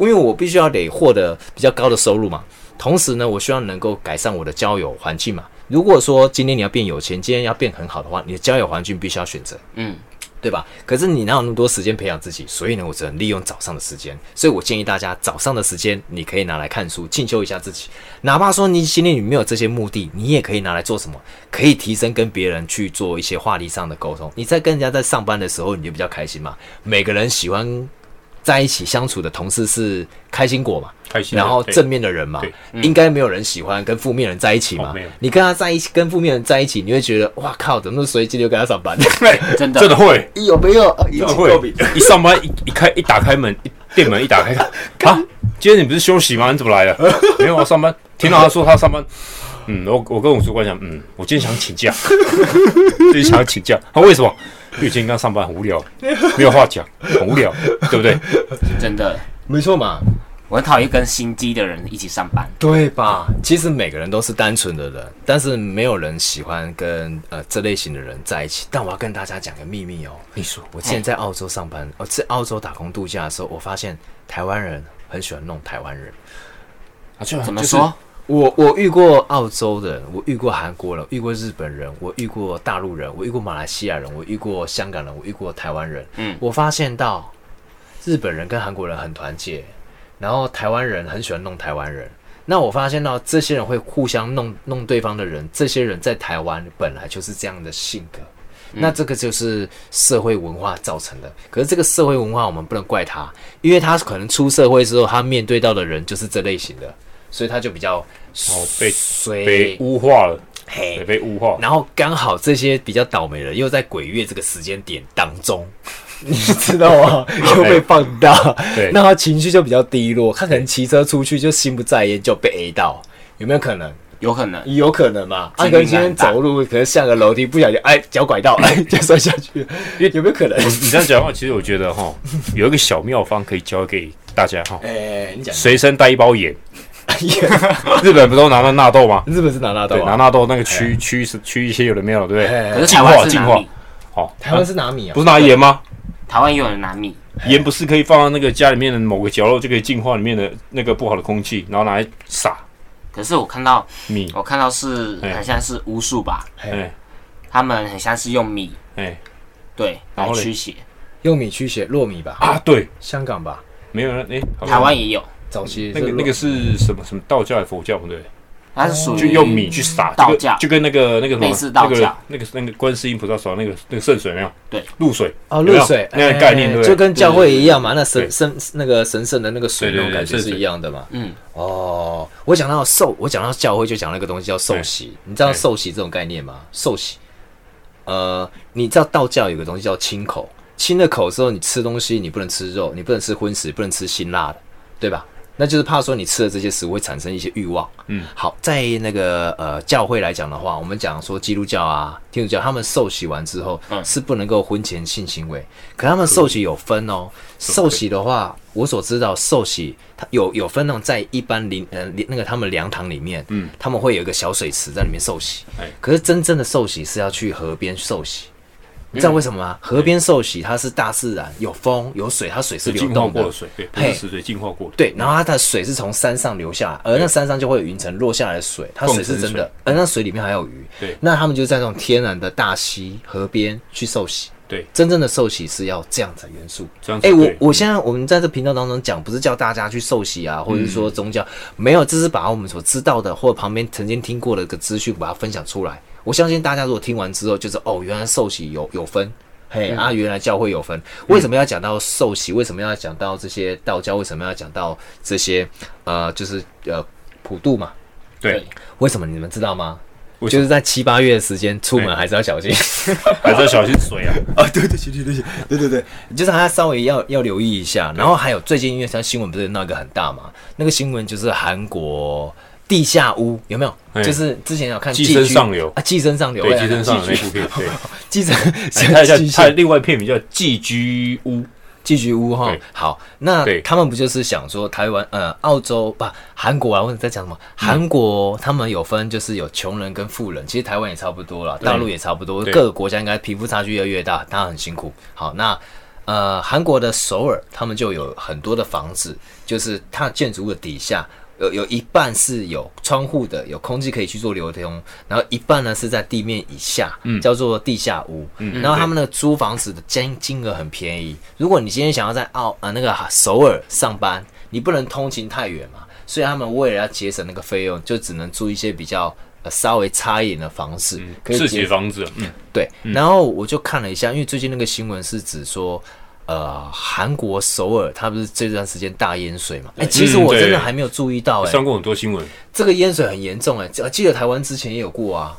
S1: 因为我必须要得获得比较高的收入嘛，同时呢，我希望能够改善我的交友环境嘛。如果说今天你要变有钱，今天要变很好的话，你的交友环境必须要选择。
S2: 嗯，
S1: 对吧？可是你哪有那么多时间培养自己？所以呢，我只能利用早上的时间。所以我建议大家，早上的时间你可以拿来看书，进修一下自己。哪怕说你心里没有这些目的，你也可以拿来做什么？可以提升跟别人去做一些话题上的沟通。你在跟人家在上班的时候，你就比较开心嘛。每个人喜欢在一起相处的同事是开心果嘛，
S3: 开心的啊哎
S1: 然后
S3: 对
S1: 正面的人嘛
S3: 对，嗯
S1: 应该没有人喜欢跟负面人在一起嘛
S3: 哦没有。
S1: 你跟他在一起，跟负面人在一起，你会觉得哇靠，怎么那么随机就跟他上
S3: <laughs>
S1: 班？ <laughs>
S2: 真的
S3: 真的会，
S1: 有没有？啊有
S3: 真的会。一上班一一开一打开门，一店门一
S1: <laughs>
S3: 打开，啊，今天你不是休息吗？你怎么来了？没有啊，上班。听到他说他上班，嗯，我我跟我主管讲，嗯，我今天想请
S1: <laughs>
S3: 假，今天想要请假。他、为什么？因为今天刚上班很无聊，没有话讲，很无聊，对不对？
S2: 真的，
S1: 没错嘛，
S2: 我很讨厌跟心机的人一起上班。
S1: 对吧？其实每个人都是单纯的人，但是没有人喜欢跟呃这类型的人在一起。但我要跟大家讲个秘密哦，
S3: 你说
S1: 我之前在澳洲上班，我在澳洲打工度假的时候，我发现台湾人很喜欢弄台湾人。
S3: 啊，就
S2: 怎么说？？
S1: 我我遇过澳洲人，我遇过韩国人，遇过日本人，我遇过大陆人，我遇过马来西亚人，我遇过香港人，我遇过台湾人。
S2: 嗯
S1: 我发现到日本人跟韩国人很团结，然后台湾人很喜欢弄台湾人。那我发现到这些人会互相弄弄对方的人，这些人在台湾本来就是这样的性格。
S3: 嗯
S1: 那这个就是社会文化造成的。可是这个社会文化我们不能怪他，因为他可能出社会之后，他面对到的人就是这类型的，所以他就比较
S3: 哦，被
S1: 随
S3: 被污化了，
S1: 嘿
S3: 对，被污化。
S1: 然后刚好这些比较倒霉的人又在鬼月这个时间点当中， <laughs> 你知道吗？又被放大，
S3: 对
S1: 那他情绪就比较低落。他可能骑车出去就心不在焉就被 A 到，有没有可能？
S2: 有可能。
S1: 有可能嘛？啊他
S2: 几率
S1: 可能今天
S2: 蛮大
S1: 走路，可能下个楼梯不小心哎脚拐到， <laughs> 哎就摔下去了，有没有可能？
S3: 你这样讲的话，其实我觉得哈，有一个小妙方可以教给大家哈，
S1: 哎，你讲
S3: 随身带一包盐。
S1: 日
S3: 日本不都拿那纳豆吗？
S1: <laughs> 本是拿大刀
S3: 对，拿
S1: 啊？
S3: 纳豆那个区区是区一些有的没有，对不
S1: 哎
S3: 对？
S2: 可是
S3: 进
S2: 台
S3: 化
S2: 湾是
S3: 呃进
S2: 哪
S3: 化
S2: 里？
S3: 好，
S1: 台湾是拿米啊
S3: 不，是拿盐吗？
S2: 台湾也有人拿米，
S3: 盐不是可以放到那个家里面的某个角落，就可以净化里面的那个不好的空气，然后拿来撒
S2: 可是我看到
S3: 米。
S2: 我看到是
S3: 哎
S2: 很像是巫术吧，
S3: 哎
S2: 他们很像是用米
S3: 哎
S2: 对来
S3: 然后嘞
S2: 驱邪，
S1: 用米驱邪，糯米吧，
S3: 啊，对，
S1: 香港吧，
S3: 没有人哎，好像
S2: 台湾也有，
S1: 早期
S3: 那个
S1: 是嗯
S3: 那个是什么什么道教还是佛教不对，
S2: 它是属于
S3: 哦就用米去撒，
S2: 道
S3: 就跟
S2: 教
S3: 就跟那个那个
S2: 类
S3: 什
S2: 似
S3: 么
S2: 道
S3: 那
S2: 教
S3: 个那个那个观世音菩萨手上那个那个圣水没有？
S2: 对，
S3: 露水
S1: 哦，
S3: 有没
S1: 露
S3: 有
S1: 水
S3: 那个概念
S1: 哎
S3: 对不对
S1: 就跟教会一样嘛，那神
S3: 对
S1: 圣那个神圣的那个水
S3: 对
S1: 那
S3: 对
S1: 种感
S3: 对
S1: 觉
S3: 圣
S1: 是
S3: 水
S1: 一样的嘛。
S2: 嗯，
S1: 哦，我讲到受，我讲到教会就讲那个东西叫受洗，你知道
S3: 哎
S1: 受洗这种概念吗？受洗，呃，你知道道教有个东西叫清口，清了口之后，你吃东西你不能吃肉，你不能吃荤食，不能吃辛辣的，对吧？那就是怕说你吃了这些食物会产生一些欲望。
S3: 嗯，
S1: 好，在那个呃教会来讲的话，我们讲说基督教啊、天主教，他们受洗完之后、
S2: 嗯
S1: 是不能够婚前性行为，可他们受洗有分哦。受洗的话，我所知道受洗它有有分那种在一般灵呃那个他们凉堂里面，
S3: 嗯，
S1: 他们会有一个小水池在里面受洗。
S3: 哎
S1: 可是真正的受洗是要去河边受洗。你知道为什么吗？河边受洗，它是大自然，有风有水，它水是
S3: 是
S1: 流
S3: 净化
S1: 动
S3: 过
S1: 的
S3: 的，水，对，不
S1: 嘿
S3: 是死水净化过的。
S1: 对，然后它的水是从山上流下来，而那山上就会有云层落下来的水，它水是真
S3: 矿泉
S1: 的
S3: 水，
S1: 而那水里面还有鱼。
S3: 对
S1: 那他们就在那种天然的大溪河边去受洗。
S3: 对，
S1: 真正的受洗是要这样子的元素。
S3: 这样子
S1: 哎、我
S3: 对
S1: 我现在我们在这频道当中讲，不是叫大家去受洗啊，或者是说宗
S3: 嗯
S1: 教，没有，这是把我们所知道的或旁边曾经听过的一个资讯，把它分享出来。我相信大家如果听完之后，就是哦，原来受洗有有分。嘿
S3: 嗯
S1: 啊，原来教会有分，为什么要讲到受洗？为什么要讲到这些道教？为什么要讲到这些呃，就是呃普渡嘛？
S3: 对，
S1: 为什么你们知道吗？
S3: 为什
S1: 就
S3: 么
S1: 是在七八月的时间出门
S3: 哎
S1: 还是要小心。
S3: 还是要小心水啊。
S1: <laughs> 啊，对对对对对对对对，就是他稍微要要留意一下。然后还有最近因为像新闻不是闹一个很大嘛，那个新闻就是韩国地下屋有没有？
S3: 哎
S1: 就是之前有看
S3: 寄
S1: 居
S3: 生上流
S1: 啊，寄生上流，
S3: 对，
S1: 哎
S3: 寄生上的
S1: 寄
S3: 那部片，对，
S1: 寄生， <laughs>
S3: 哎它有叫
S1: 寄
S3: 它有
S1: 生
S3: 另外一片名叫《寄居屋》，
S1: 寄居屋哈
S3: 对。
S1: 好，那
S3: 对
S1: 他们不就是想说台湾呃澳洲不韩国啊，或者在讲什么？
S3: 嗯
S1: 韩国他们有分，就是有穷人跟富人，其实台湾也差不多了，大陆也差不多，
S3: 对
S1: 各个国家应该贫富差距越来越大，大家很辛苦。好，那。呃，韩国的首尔，他们就有很多的房子，就是它的建筑物的底下有有一半是有窗户的，有空气可以去做流通，然后一半呢是在地面以下，
S3: 嗯
S1: 叫做地下屋。然后他们那个租房子的金金额很便宜。如果你今天想要在澳呃那个首尔上班，你不能通勤太远嘛，所以他们为了要节省那个费用，就只能租一些比较。呃稍微差一点的房子，可以
S3: 是
S1: 节
S3: 写嗯房子，嗯，
S1: 对，然后我就看了一下，因为最近那个新闻是指说，呃，韩国首尔它不是这段时间大淹水嘛？哎、其实
S3: 嗯
S1: 我真
S3: 对
S1: 的还没有注意到、哎、
S3: 上过很多新闻，
S1: 这个淹水很严重、哎，记得台湾之前也有过啊。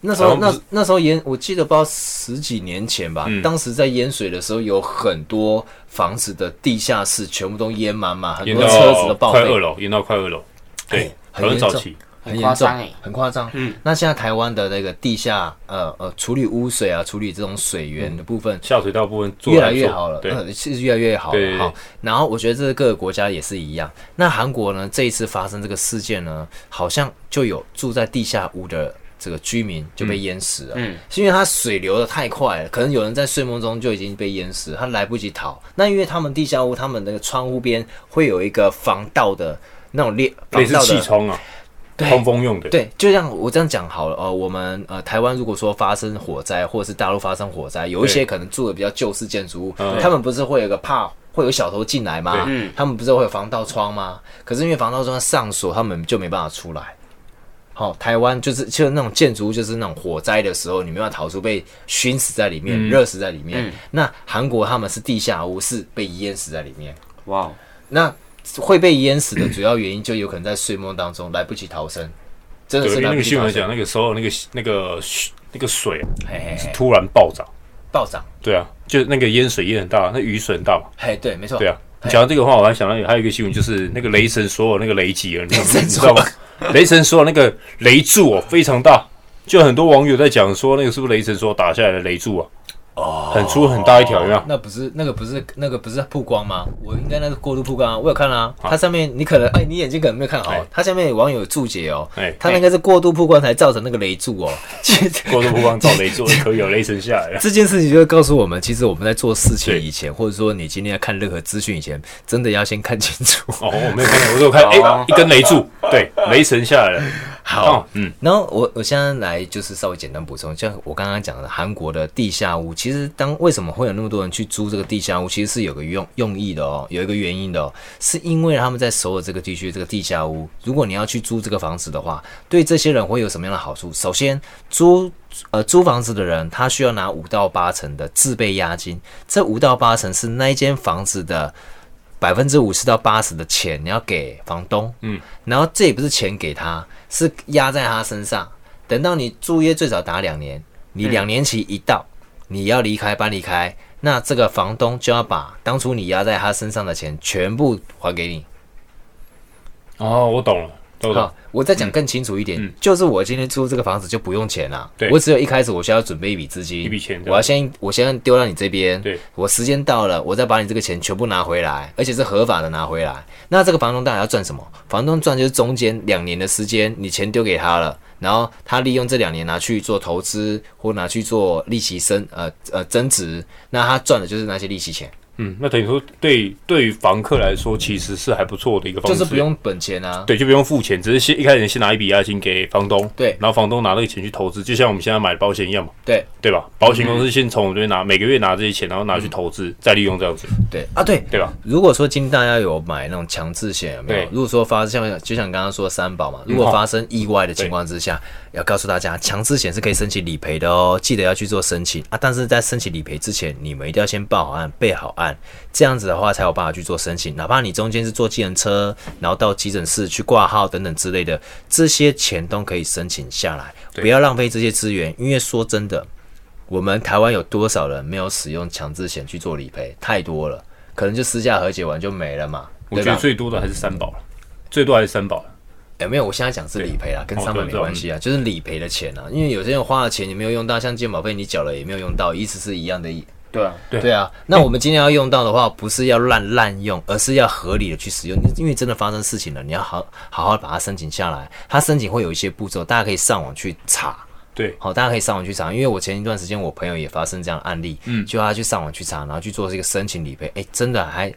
S1: 那时
S3: 台
S1: 候
S3: 湾不
S1: 那
S3: 是
S1: 那时候淹，我记得不知道十几年前吧，
S3: 嗯
S1: 当时在淹水的时候，有很多房子的地下室全部都淹满嘛，很
S3: 淹
S1: 多车子都
S3: 到
S1: 报
S3: 快二
S1: 废，
S3: 楼，淹到快二楼，对
S1: 哎，很
S3: 很
S1: 严重
S3: 早期，
S1: 很
S2: 很
S1: 严
S2: 夸
S1: 重
S2: 张哎，
S1: 很夸张。
S2: 嗯，
S1: 那现在台湾的那个地下呃呃处理污水啊，处理这种水源的部分，
S3: 下水道部分做
S1: 越
S3: 得
S1: 来
S3: 还不
S1: 越
S3: 错
S1: 好了，
S3: 对，
S1: 嗯，是越来越好
S3: 对对
S1: 了。
S3: 对
S1: 好，然后我觉得这各个国家也是一样。那韩国呢，这一次发生这个事件呢，好像就有住在地下屋的这个居民就被淹死了，
S2: 嗯，
S1: 是因为它水流的太快了，可能有人在睡梦中就已经被淹死了，他来不及逃。那因为他们地下屋，他们那个窗户边会有一个防盗的那种裂，防
S3: 类似
S1: 盗
S3: 气
S1: 的
S3: 窗啊，
S1: 对
S3: 通风用的，
S1: 对，就像我这样讲好了，呃，我们呃台湾如果说发生火灾，或者是大陆发生火灾，有一些
S3: 对
S1: 可能住的比较旧式建筑物，
S3: 嗯
S1: 他们不是会有个怕会有小偷进来吗
S3: 对？
S2: 嗯
S1: 他们不是会有防盗窗吗？可是因为防盗窗上锁，他们就没办法出来。好、台湾就是就是那种建筑，物，就是那种火灾的时候，你没办法逃出，被熏死在里面，热死在里面。
S2: 嗯
S1: 那韩国他们是地下屋，是被淹死在里面。
S2: 哇哦，
S1: 那会被淹死的主要原因，就有可能在睡梦当中来不及逃生，真的
S3: 对，
S1: 是
S3: 因为
S1: 来
S3: 那
S1: 不
S3: 个
S1: 及
S3: 新
S1: 逃
S3: 闻
S1: 生。
S3: 讲那个时候那个那个那个水啊
S1: 嘿嘿嘿，
S3: 突然暴涨，
S1: 暴涨，
S3: 对啊，就是那个淹水淹很大，那雨水很大嘛，
S1: 嘿，对，没错，
S3: 对啊。你讲到这个话，我还想到有还有一个新闻，就是那个雷神所有那个雷击啊，你知道你知道吗？雷神所有那个雷柱哦非常大，就很多网友在讲说那个是不是雷神所有打下来的雷柱啊？很粗很大一条，有没有？
S1: 那不是那个不是那个不是曝光吗？我应该那是过度曝光啊，我有看啊。它上面你可能哎，你眼睛可能没有看好
S3: 哎，
S1: 它下面有网友注解哦
S3: 哎，
S1: 它那个是过度曝光才造成那个雷柱哦。 <laughs> 其实
S3: 过度曝光找雷做，可以有雷神下来了。
S1: 这件事情就会告诉我们，其实我们在做事情以前，或者说你今天要看任何资讯以前，真的要先看清楚。
S3: 哦，我没有看到，我只有看哎、
S2: 哦
S3: 一根雷柱，对，雷神下来了。
S1: 好
S3: 哦，嗯，
S1: 然后我我现在来就是稍微简单补充，像我刚刚讲的韩国的地下屋，其实当为什么会有那么多人去租这个地下屋，其实是有个用用意的哦，有一个原因的哦，是因为他们在首尔这个地区这个地下屋，如果你要去租这个房子的话，对这些人会有什么样的好处？首先，租呃租房子的人他需要拿五到八成的自备押金，这五到八成是那一间房子的。百分之五十到八十的钱你要给房东，嗯，然后这也不是钱给他，是压在他身上。等到你租约最少打两年，你两年期一到，你要离开搬离开，那这个房东就要把当初你压在他身上的钱全部还给你。
S3: 哦，我懂了，懂了。
S1: 嗯好，我
S3: 嗯
S1: 再讲更清楚一点，就是我今天租这个房子就不用钱啦、
S3: 对
S1: 我只有一开始我需要准备一笔资金，
S3: 一笔钱对
S1: 我要先我先丢到你这边，
S3: 对，
S1: 我时间到了，我再把你这个钱全部拿回来，而且是合法的拿回来。那这个房东到底要赚什么？房东赚就是中间两年的时间，你钱丢给他了，然后他利用这两年拿去做投资或拿去做利息升呃呃增值，那他赚的就是那些利息钱，
S3: 嗯，那等于说对对于房客来说，其实是还不错的一个方
S1: 就
S3: 式，
S1: 是不用本钱啊。
S3: 对，就不用付钱，只是先一开始先拿一笔押金给房东，
S1: 对
S3: 然后房东拿那个钱去投资，就像我们现在买的保险一样嘛，
S1: 对
S3: 对吧？保险
S1: 嗯
S3: 公司先从我们这边拿，每个月拿这些钱，然后拿去投资，再利用这样子，
S1: 对啊，嗯对
S3: 对吧？
S1: 如果说今天大家有买那种强制险，有没有
S3: 对？
S1: 如果说发生像就像刚刚说三宝嘛，如果发生意外的情况之下，要告诉大家，强制险是可以申请理赔的哦，记得要去做申请啊。但是在申请理赔之前，你们一定要先报好案、备好案，这样子的话才有办法去做申请。哪怕你中间是坐计程车，然后到急诊室去挂号等等之类的，这些钱都可以申请下来，不要浪费这些资源，因为说真的。我们台湾有多少人没有使用强制险去做理赔？太多了，可能就私下和解完就没了嘛，
S3: 我
S1: 对
S3: 觉得
S1: 吧？
S3: 最多的还是三保了，最多还是三保了，
S1: 哎、没有，我现在讲是理赔啦，跟
S3: 哦
S1: 商品
S3: 对
S1: 没
S3: 对
S1: 关系啊，就是理赔的钱啊，因为有些人花了钱也没有用到，像健保费你缴了也没有用到，意思是一样的意。
S2: 对啊，
S3: 对
S1: 对啊，那我们今天要用到的话，不是要滥滥用，而是要合理的去使用，因为真的发生事情了，你要好好好地把它申请下来。它申请会有一些步骤，大家可以上网去查。
S3: 对，
S1: 好，大家可以上网去查，因为我前一段时间我朋友也发生这样的案例，嗯，就他去上网去查，然后去做这个申请理赔，哎、真的还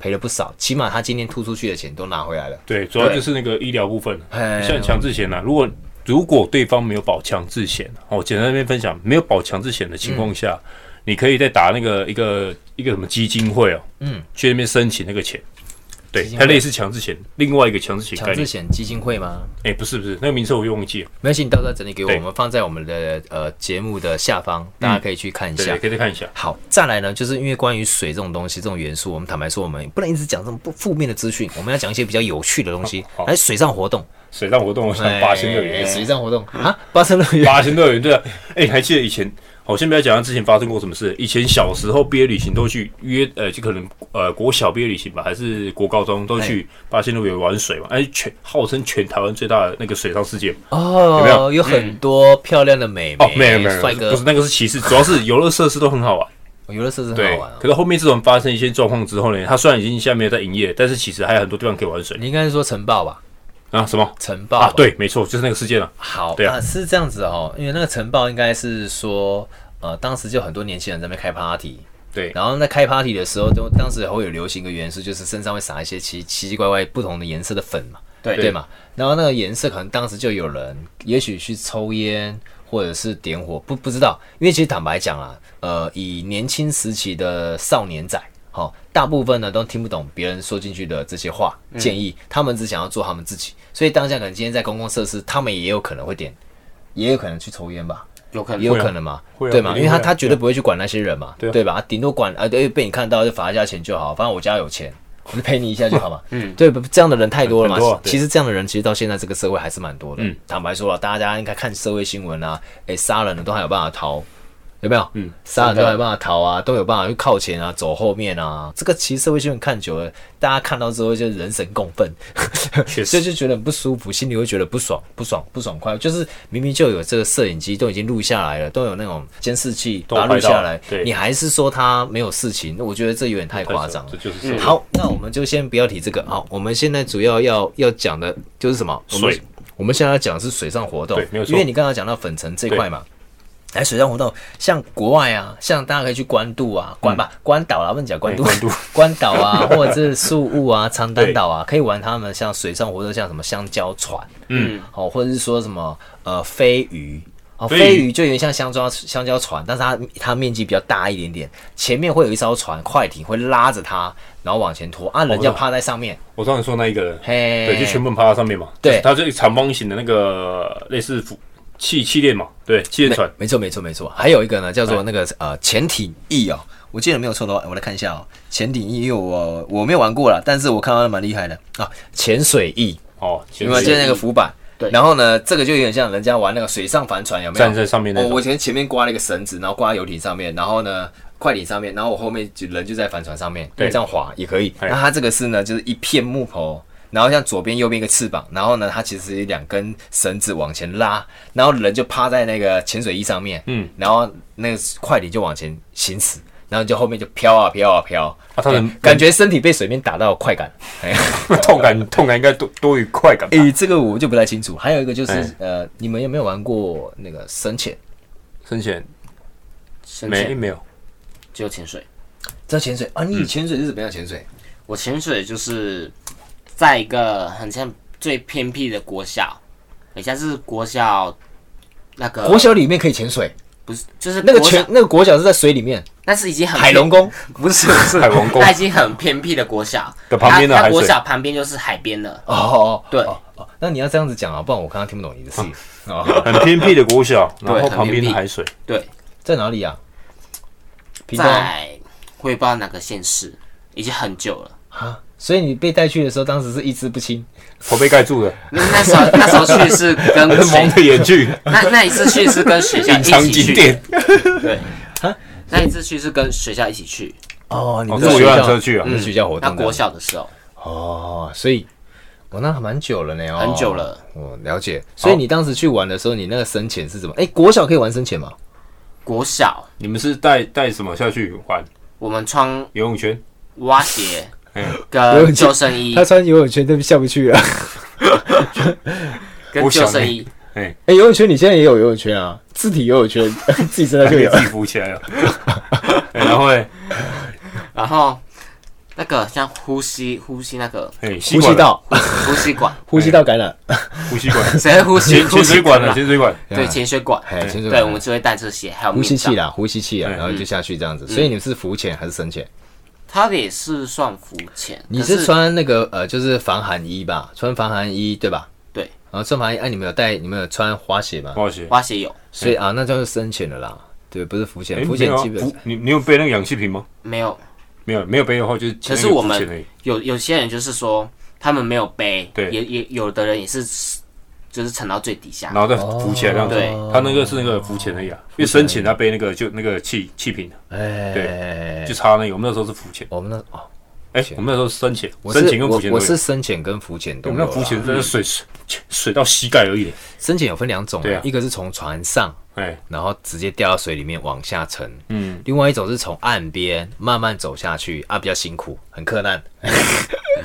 S1: 赔了不少，起码他今天吐出去的钱都拿回来了。
S3: 对，主要
S2: 对
S3: 就是那个医疗部分，
S1: 哎
S3: 像强制险呢、啊如果如果对方没有保强制险，哦，简单那边分享，没有保强制险的情
S1: 嗯
S3: 况下，你可以再打那个一个一个什么基金会哦，
S1: 嗯，
S3: 去那边申请那个钱。对
S1: 基，金会
S3: 它类似强制险，另外一个强制险概
S1: 强制
S3: 念。
S1: 险基金会吗？
S3: 哎、不是不是，那个名称我忘记了，
S1: 没关系，你到时候整理给我，
S3: 对
S1: 我们放在我们的呃节目的下方，大家可以去看一
S3: 对
S1: 下。
S3: 对，可以再看一下。
S1: 好，再来呢，就是因为关于水这种东西，这种元素，我们坦白说，我们不能一直讲这种不负面的资讯，我们要讲一些比较有趣的东西
S3: 好。好
S1: 来，水上活动，
S3: 水上活动，我想八千乐
S1: 哎，
S3: 园
S1: 水上活动啊，八千乐园，
S3: 八千乐园，对啊。哎、你还记得以前？好，先不要讲他之前发生过什么事。以前小时候毕业旅行都去约，呃，就可能呃国小毕业旅行吧，还是国高中都去
S1: 哎
S3: 八仙乐园玩水嘛。哎、全号称全台湾最大的那个水上世界嘛。
S1: 哦，
S3: 有没有
S1: 很多漂亮的美眉、
S3: 哦，没有没有，
S1: 哎帅哥
S3: 不是，那个是歧视，主要是游乐设施都很好玩。
S1: 游乐设 <laughs> 施很
S3: 对
S1: 好玩、啊，。
S3: 可是后面自从发生一些状况之后呢，它虽然已经现在没有在营业，但是其实还有很多地方可以玩水
S1: 你应该是说晨报吧？
S3: 啊。什么
S1: 晨报吧
S3: 啊？，对，没错，就是那个事件了。
S1: 好，
S3: 对啊
S1: 那是这样子哦，因为那个晨报应该是说，呃，当时就很多年轻人在那边开 party，
S3: 对，
S1: 然后在开 party 的时候，都当时会有流行一个元素，就是身上会撒一些奇奇奇怪怪不同的颜色的粉嘛，
S2: 对
S1: 对嘛？然后那个颜色可能当时就有人，也许去抽烟或者是点火，不不知道，因为其实坦白讲啊，呃，以年轻时期的少年仔。哦，大部分呢都听不懂别人说进去的这些话建议，他们只想要做他们自己，所以当下可能今天在公共设施，他们也有可能会点，也有可能去抽烟吧，
S2: 有可能
S1: 也有
S3: 啊
S1: 可能嘛，
S3: 会啊
S1: 对嘛？
S3: 一
S1: 因
S3: 定
S1: 为他
S3: 会啊
S1: 他绝对不会去管那些人嘛，
S3: 对啊
S1: 对吧？顶多管啊，对，被你看到就罚一下钱就好，反正我家有
S3: <laughs>
S1: 钱，我就赔你一下就好嘛。嗯，对，不这样的人太多了嘛
S3: 很多啊。对嗯
S1: 其实这样的人，其实到现在这个社会还是蛮多的。坦白说了，大家应该看社会新闻啊，哎，杀人的都还有办法逃。有没有？
S3: 嗯，
S1: 杀人
S2: 真
S1: 都
S2: 的
S1: 有办法逃啊，都有办法去靠前啊，走后面啊。这个其实社会新闻看久了，大家看到之后就是人神共愤，
S3: 确实
S1: 所以 <laughs> 就觉得很不舒服，心里会觉得不爽、不爽、不爽快。就是明明就有这个摄影机都已经录下来了，都有那种监视器
S3: 都有
S1: 把它录
S3: 拍到
S1: 下来
S3: 对，
S1: 你还是说他没有事情，那我觉得这有点太夸张了
S3: 这。就
S2: 嗯
S3: 是社会
S1: 好，那我们就先不要提这个好，我们现在主要要要讲的就是什么？我们
S3: 水。
S1: 我们现在要讲的是水上活动
S3: 对没有，错
S1: 因为你刚刚讲到粉尘这块嘛。哎，水上活动像国外啊，像大家可以去关渡啊，关吧，关岛啊，不能讲关渡，
S3: 嗯对关渡
S1: <laughs> 关岛啊，
S3: <laughs>
S1: 或者是宿雾啊、长滩岛啊，可以玩他们像水上活动，像什么香蕉船，
S2: 嗯，
S1: 哦，或者是说什么呃飞鱼。哦，
S3: 飞
S1: 飞
S3: 鱼
S1: 鱼就有点像香蕉香蕉船，但是它它面积比较大一点点，前面会有一艘船快艇会拉着它，然后往前拖啊，人
S3: 哦我知
S1: 家
S3: 道
S1: 趴在上面，
S3: 我上次说那一个人，
S1: 嘿，
S3: 对，就全部趴到上面嘛。
S1: 对
S3: 它这长方形的那个类似浮气气垫嘛，对，气垫船。
S1: 没错，没错，没错。还有一个呢，叫做那个呃潜艇翼哦，我记得没有错的话，我来看一下哦。潜艇翼，因为我我没有玩过啦，但是我看到它蛮厉害的啊。潜水翼，
S3: 哦，
S1: 有没有？就是那个浮板。
S2: 对
S1: 然后呢，这个就有点像人家玩那个水上帆船，有没有？
S3: 站在上面那
S1: 我
S3: 种
S1: 我前前面挂了一个绳子，然后挂在游艇上面，然后呢快艇上面，然后我后面就人就在帆船上面，
S3: 对
S1: 这样滑也可以。
S3: 哎
S1: 那它这个是呢，就是一片木头，然后像左边右边一个翅膀，然后呢它其实有两根绳子往前拉，然后人就趴在那个潜水衣上面，
S3: 嗯，
S1: 然后那个快艇就往前行驶。然后就后面就飘啊飘啊飘，
S3: 啊它的
S1: 哎感觉身体被水面打到的快感，哎，
S3: <laughs> 痛感，痛感应该多多于快
S2: 啊
S3: 感吧。
S2: 哎
S1: 诶，这个我就不太清楚。还有一个就是，
S3: 哎
S1: 呃，你们有没有玩过那个深潜？
S3: 深潜
S2: 深
S3: 没
S2: 潜
S3: 没有，
S2: 只有潜水。
S1: 知道潜水啊？
S2: 嗯
S1: 你潜水是怎么样潜水？
S2: 我潜水就是在一个很像最偏僻的国小，人家是国小那个
S1: 国小里面可以潜水，
S2: 不是就是
S1: 那个
S2: 呃国小
S1: 全那个国小是在水里面，
S2: 但是已经很
S1: 海龙宫
S2: <laughs> 不是不是
S3: 海王宫
S2: 它已经很偏僻的国小
S3: 的旁边的
S2: 它它
S3: 海水
S2: 国小旁边就是海边了。
S1: 哦哦
S2: <laughs> 对
S1: 哦哦，那你要这样子讲啊，不然我刚刚听不懂你的事。
S2: 啊
S1: 哦，
S3: 很偏僻的国小，然后
S2: 很
S3: 旁边
S2: 偏
S3: 的
S2: 僻
S3: 海水，
S2: 对，
S1: 在哪里啊？屏东
S2: 在我也不知道哪个县市，已经很久了。
S1: 啊，所以你被带去的时候，当时是意识不清。
S3: 头被盖
S2: <laughs>
S3: 住的，
S2: 那那时候那时候去是跟
S3: <laughs> 蒙
S2: 学
S3: 着眼去，
S2: 那那一次去是跟学校
S3: 隐藏
S2: 哎一起
S3: 景
S2: 去，
S3: 点。
S2: 对，那一次去是跟学校一起去，嗯
S1: 哦，你
S3: 哦，
S1: 们
S3: 坐
S1: 是
S3: 游
S1: 学
S3: 览
S1: 校
S3: 车去啊
S1: 你？们是学校活
S2: 那
S1: 动的
S2: 国小的时候，
S1: 哦，所以。我那还蛮久了呢，哦
S2: 很久了。
S1: 我了解，所以你当时去玩的时候，你那个深潜是怎么？哎，国小可以玩深潜吗？
S2: 国小
S3: 你们是带带什么下去玩？
S2: 我们穿
S3: 游泳圈？
S2: 蛙鞋
S3: 哎
S1: 游
S2: 跟
S1: 泳圈
S2: 救生衣
S1: 他，穿游泳圈都下不去了。
S2: 跟
S3: 我
S2: 救
S3: 想
S2: 生
S3: 欸
S2: 衣，
S3: 哎，
S1: <laughs> 哎，游泳圈你现在也有游泳圈啊，自体游泳圈， <laughs> 自己身上
S3: 还
S1: 就
S3: 可以
S1: 有
S2: 啊
S3: 自。己浮
S2: <laughs>
S3: 起来了。哎然后嘞，
S2: 然后那个像呼吸呼吸那个
S3: 哎，吸
S1: 呼吸
S3: 管了，
S1: 道，
S2: 呼吸管，
S1: 呼吸道感染，
S3: 呼吸管， <laughs>
S2: 谁会呼吸
S3: 潜
S2: 呼
S3: 潜
S2: 吸
S3: 水管啊
S2: 啦
S3: 了，潜水管。
S2: <laughs> 对潜水管，
S1: 哎，潜水
S2: 对我
S1: 管
S2: 们，只会带这些，还有
S1: 呼吸器
S2: 啦，
S1: 啦，呼吸器啊，
S3: 嗯
S1: 然后就下去这样子。所以你们是浮潜还是深潜？
S2: 嗯它也是算浮潜，
S1: 你
S2: 可
S1: 是
S2: 是
S1: 穿那个呃，就是防寒衣吧？穿防寒衣对吧？
S2: 对
S1: 然后穿防寒衣，哎，你们有带，你们有穿滑鞋吗？
S3: 哇塞！
S2: 蛙鞋有
S1: 所以啊，那就是深潜的啦。对，不是浮
S3: 哎，
S1: 潜，浮
S3: 没有
S1: 潜
S3: 啊
S1: 基本
S3: 浮你你有背那个氧气瓶吗？
S2: 没有？
S3: 没有，没有背的话就是
S2: 可是
S3: 那个
S2: 我
S3: 浮
S2: 们
S3: 潜而已
S2: 有有些人就是说他们没有背，
S3: 对
S2: 也也有的人也是就是沉到最底下
S3: 然，后再
S1: 哦
S3: 浮起来这样子
S2: 对。
S3: 他那个是那个浮潜而已啊，因为深潜他背那个就那个气气瓶，啊
S1: 哎，
S3: 就差那个。我们那时候是浮潜，
S1: 我们那哦，
S3: 哎，我们那时候是深潜，
S1: 我
S3: 深
S1: 是
S3: 潜跟浮
S1: 我
S3: 潜都
S1: 我
S3: 有
S1: 是深潜跟浮潜都
S3: 我
S1: 有啊
S3: 们
S1: 啦。
S3: 那浮潜真的水水水到膝盖而已。
S1: 深潜有分两种
S3: 对啊
S1: 啊，一个是从船上，
S3: 哎，
S1: 然后直接掉到水里面往下沉，
S3: 嗯，
S1: 另外一种是从岸边慢慢走下去啊，比较辛苦，很困难。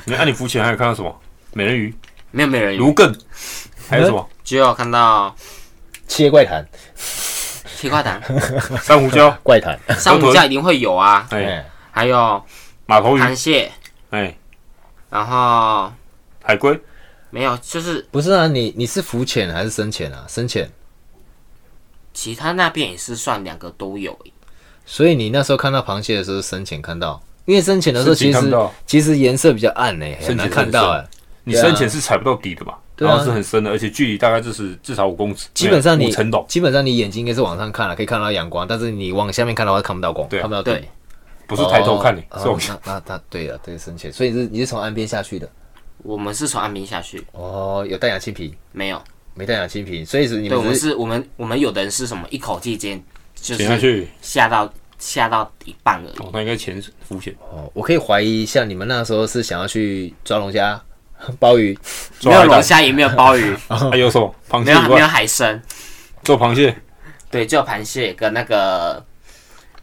S3: 那、啊、你浮潜还有看到什么？美人鱼、
S2: 没有没有人有，
S3: 芦艮，还有什么
S2: 只有看到
S1: 切怪谈，
S2: 铁块潭、
S3: 珊瑚
S1: <laughs>
S3: 礁？
S1: 怪谈，
S2: 珊瑚礁一定会有啊，
S3: 哎，
S1: 嗯哎，
S2: 还有
S3: 马头鱼，
S2: 螃蟹，
S3: 哎，
S2: 然后
S3: 海龟，
S2: 没有就是
S1: 不是啊，你你是浮潜还是深潜啊？深潜，
S2: 其他那边也是算两个都有，
S1: 所以你那时候看到螃蟹的时候是深潜看到，因为深潜的时候
S3: 深
S1: 其
S3: 潜看不
S1: 实
S3: 到
S1: 其实颜色比较暗呢，很
S3: 深
S1: 难
S3: 潜
S1: 看到
S3: 很
S1: 哎。
S3: 你
S1: 对啊
S3: 深潜是踩不到底的嘛？
S1: 对啊
S3: 然后是很深的，而且距离大概就是至少五公尺，哎
S1: 基本上
S3: 五
S1: 你
S3: 层楼，
S1: 基本上你眼睛应该是往上看了，可以看到阳光，但是你往下面看的话看不到光，
S3: 对啊
S1: 看不到底
S2: 对，
S3: 不是抬头看你，
S1: 哦
S3: 是我
S1: 哦那那那对了，对深潜，所以你是你是从岸边下去的
S2: 我们是从岸边下去，
S1: 哦，有带氧气瓶
S2: 没有。
S1: 没带氧气瓶，所以是你
S2: 对，我
S1: 们
S2: 们
S1: 只是
S2: 是我们我们有的人是什么一口气直接就
S3: 潜下
S2: 是
S3: 去，
S2: 下到下到一半而已。
S3: 哦，那应该潜浮潜，
S1: 哦，我可以怀疑，像你们那时候是想要去抓龙虾、 <laughs> 鲍鱼，
S3: 抓
S2: 没有
S3: 海胆
S2: 龙虾，也没有鲍鱼，
S3: 还哎有什么螃
S2: 没
S3: 蟹
S2: 有
S3: 以
S2: 没有
S3: 外，
S2: 海参，
S3: 做螃蟹，
S2: 对，只有螃蟹跟那个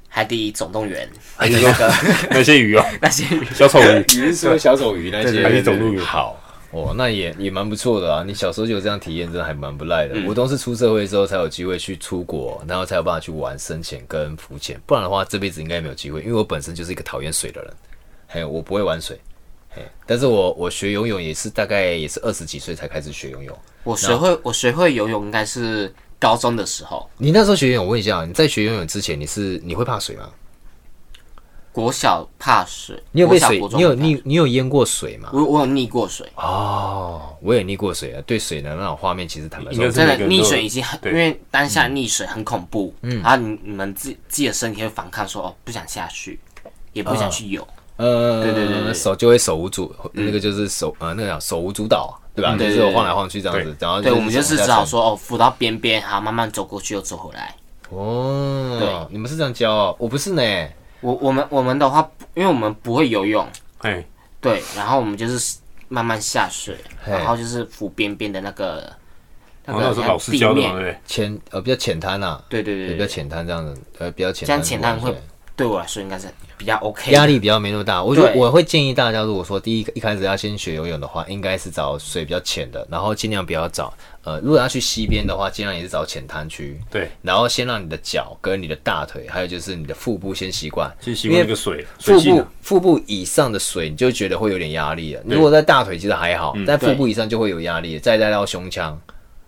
S2: 海底总动员，
S3: 还有
S2: 那个
S3: 那些鱼啊，
S2: 那些鱼。
S3: 小丑鱼，
S1: <laughs> 你是说小丑鱼那
S3: 对对
S1: 些？
S3: 对还是走路鱼
S1: 好。哦，那也也蛮不错的啊！你小时候就有这样体验，真的还蛮不赖的。我都是出社会之后才有机会去出国，然后才有办法去玩深潜跟浮潜，不然的话这辈子应该没有机会。因为我本身就是一个讨厌水的人，嘿，我不会玩水，嘿，但是我我学游泳也是大概也是二十几岁才开始学游泳。
S2: 我学会我学会游泳应该是高中的时候，
S1: 你那时候学游泳，我问一下，你在学游泳之前，你是你会怕水吗？
S2: 国小怕水，
S1: 你有被
S2: 国小
S1: 水
S2: 国，中
S1: 你有
S2: 怕水
S1: 你你有淹过水吗？
S2: 我我有溺过水，
S1: 哦，我也溺过水啊，对水的那种画面，其实坦白
S3: 应该
S1: 说
S3: 是，
S2: 真的
S3: 每个人都
S2: 溺
S3: 有
S2: 水已经很，
S3: 对
S2: 因为当下溺水很恐怖，嗯，然后你你们自自己的身体会反抗说哦不想下去，也不想去游，
S1: 呃，
S2: 对对对对
S1: 手就会手舞足，那个就是手呃那个叫手舞足蹈，对吧？
S2: 对
S1: 就是
S2: 对嗯对
S1: 晃来晃去这样子，然后
S2: 对我们就
S1: 手
S2: 是
S1: 往
S2: 只
S1: 下
S2: 好
S1: 沉
S2: 说哦浮到边边，好慢慢走过去又走回来。
S1: 哦，你们是这样教哦，我不是呢，
S2: 我我们我们的话，因为我们不会游泳，
S3: 哎，
S2: 对，然后我们就是慢慢下水，
S1: 嘿
S2: 然后就是浮边边的那个那
S3: 哦那
S2: 个
S3: 是老师
S2: 地
S3: 教的嘛，对
S2: 面
S3: 不，对？
S1: 浅呃比较浅滩呐，
S2: 对对
S1: 对
S2: 对
S1: 比
S2: 对
S1: 较，浅滩这样子，呃比较浅，
S2: 这样浅滩会对我来说应该是比较 OK
S1: 压
S2: 的。
S1: 力比较没那么大。我觉得
S2: 对
S1: 我会建议大家，如果说第一个一开始要先学游泳的话，应该是找水比较浅的，然后尽量不要找呃，如果要去溪边的话，尽量也是找浅滩区。
S3: 对，
S1: 然后先让你的脚跟你的大腿，还有就是你的腹部先习惯，
S3: 先习惯这个水水
S1: 腹
S3: 性
S1: 部
S3: 啊，
S1: 腹部以上的水，你就觉得会有点压力了。啊
S3: 对嗯
S1: 如果在大腿其实还好，但腹部以上就会有压力，再带到胸腔，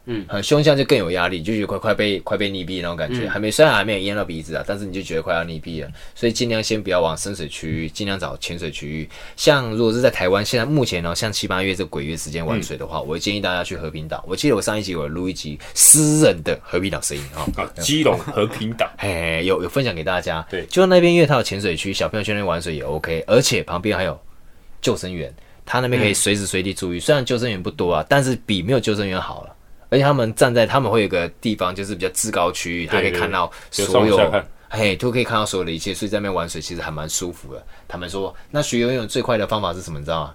S2: 嗯
S1: 呃，胸腔就更有压力，就觉得快快被快被溺毙那种感
S3: 嗯
S1: 觉。还没虽然还没有淹到鼻子啊，但是你就觉得快要溺毙了，所以尽量先不要往深水区域，
S3: 嗯
S1: 尽量找浅水区域。像如果是在台湾，现在目前呢、哦像七八月这鬼月时间玩水的
S3: 嗯
S1: 话，我会建议大家去和平岛。我记得我上一集我有录一集私人的和平岛声音啊。
S3: 啊，基隆和平岛，
S1: 哎，有有分享给大家。
S3: 对
S1: 就那边因为它有潜水区，小朋友去那边玩水也 OK，而且旁边还有救生员，他那边可以随时随地注意。虽然救生员不多啊，但是比没有救生员好了。而且他们站在他们会有个地方，就是比较制高区域，他可以
S3: 对
S1: 看到
S3: 有
S1: 所
S3: 上下看
S1: 嘿，都可以看到所有的一切，所以在那边玩水其实还蛮舒服的。他们说，那学游泳最快的方法是什么？你知道吗？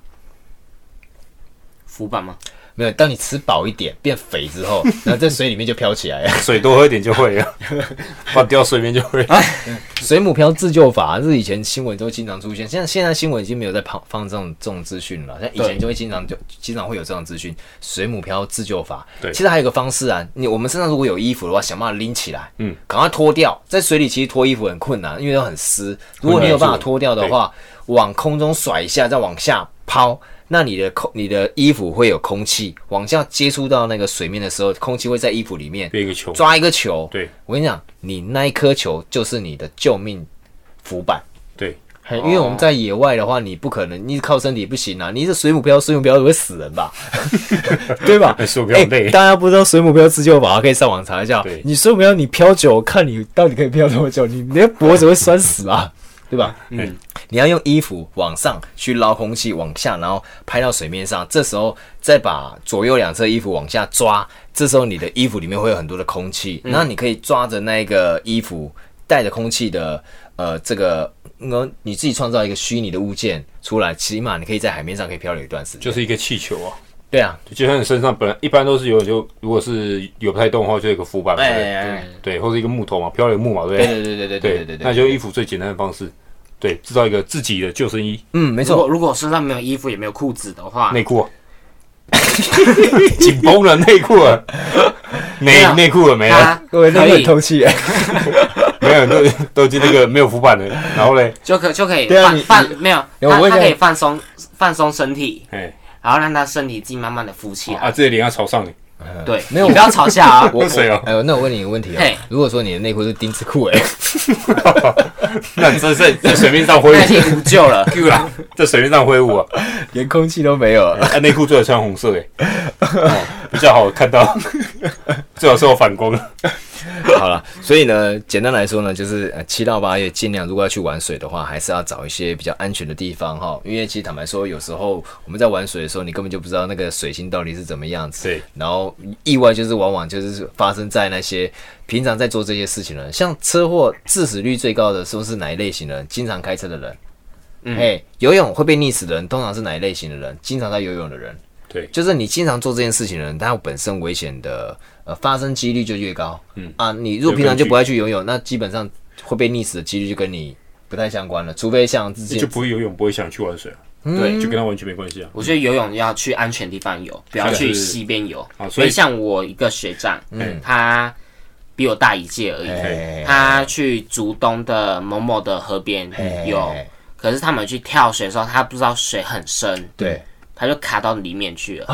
S2: 浮板吗？
S1: 没有，当你吃饱一点变肥之后，然后在水里面就飘起来了。
S3: 水多喝一点就会了，把掉水面就会。
S1: 水母漂自救法是以前新闻都经常出现，现在现在新闻已经没有在放放这种这种资讯了，像以前就会经常就经常会有这种资讯，水母漂自救法。
S3: 对
S1: 其实还有一个方式啊，你我们身上如果有衣服的话，想办法拎起来，
S3: 嗯，
S1: 赶快脱掉。在水里其实脱衣服很困难，因为都很湿。如果你有办法脱掉的话，往空中甩一下，再往下抛。那你的空，你的衣服会有空气往下接触到那个水面的时候，空气会在衣服里面
S3: 变一个球，
S1: 抓一个球，
S3: 对
S1: 我跟你讲，你那一颗球就是你的救命浮板。
S3: 对，
S1: 嘿因为我们在野外的话，你不可能，你靠身体不行啊！你是水母漂，水母漂会死人
S3: <laughs>
S1: 吧？对吧？
S3: 哎 <laughs> 水母漂很累
S1: 哎大家不知道水母漂自救法，可以上网查一下
S3: 对。
S1: 你水母漂，你漂久，看你到底可以漂多久？你你的脖子会酸死啊，对吧？
S3: 嗯，
S1: 你要用衣服往上去捞空气，往下，然后拍到水面上。这时候再把左右两侧衣服往下抓，这时候你的衣服里面会有很多的空气，然后你可以抓着那个衣服带着空气的呃这个，嗯你自己创造一个虚拟的物件出来，起码你可以在海面上可以漂流一段时间。
S3: 就是一个气球啊，
S1: 对啊，
S3: 就像你身上本来一般都是有，就如果是有不太动的话，就有一个浮板嘛，对不对
S2: 啊
S1: 哎，
S2: 嗯
S3: 对，或者一个木头嘛，漂流木嘛，对不
S1: 对对对
S3: 对？
S1: 对对对对对，
S3: 那就衣服最简单的方式，对，制造一个自己的救生衣、
S1: 嗯，没
S2: 如
S1: 错
S2: 果，如果身上没有衣服也没有裤子的话，
S3: 内裤啊，紧绷了内
S1: <laughs>
S3: 裤啊，没
S1: 啊
S2: 有
S3: 内裤了没了，
S2: 他
S1: 各位那
S2: 可
S1: 个很
S2: 以
S1: 透 <laughs> 气耶，
S3: <laughs> 没有都都已经那个没有浮板了，然后嘞，
S2: 就可就可以
S1: 对啊
S2: 放
S1: 你
S2: 放没有，
S1: 有我
S2: 他
S1: 问一
S2: 他
S1: 下
S2: 可以放松放松身体，
S3: 哎，
S1: 啊
S2: 然后让他身体自己慢慢的浮起
S3: 啊，
S2: 来。
S3: 这个脸要
S1: <laughs>
S3: 朝上你，
S2: 对，
S1: 没有
S2: 你不要嘲笑啊，
S1: 我
S3: 水哦
S1: 哎呦，那我问你一个问题哦
S2: 嘿，
S1: 如果说你的内裤是丁字裤，哎， <laughs>
S3: 那你真是在水面上挥
S2: 那已
S3: 舞
S2: 经无救了。
S3: 啊，在水面上
S1: <laughs>
S3: 挥舞啊，
S1: 连空气都没有了，
S3: 啊，内裤最好穿红色哎、哦，比较好
S1: <laughs>
S3: 看到，最好是有反光。
S1: 好了，所以呢，简单来说呢，就是呃七到八月尽量如果要去玩水的话，还是要找一些比较安全的地方哈。因为其实坦白说，有时候我们在玩水的时候，你根本就不知道那个水性到底是怎么样子。
S3: 对。
S1: 然后往意外就是往往就是发生在那些平常在做这些事情的人，像车祸致死率最高的说是哪一类型的人？经常开车的人，嗯，哎，游泳会被溺死的人，通常是哪一类型的人？经常在游泳的人，
S3: 对，
S1: 就是你经常做这件事情的人，他本身危险的呃发生几率就越高。嗯啊，你如果平常就不爱去游泳，那基本上会被溺死的几率就跟你不太相关了，除非像之
S3: 就
S1: 前
S3: 不会游泳，不会想去玩水啊，
S1: 嗯
S2: 对
S3: 就跟他完全没关系啊。
S2: 我觉得游泳要去安全地方游，不要
S3: 是
S2: 去溪边游。
S3: 啊所
S2: 所
S3: 以
S2: 以像我一个学长，他比我大一届而
S1: 哎
S2: 已，他去竹东的某某的河边
S1: 哎
S2: 游，可是他们去跳水的时候，他不知道水很深，
S1: 对，
S2: 他就卡到里面去了。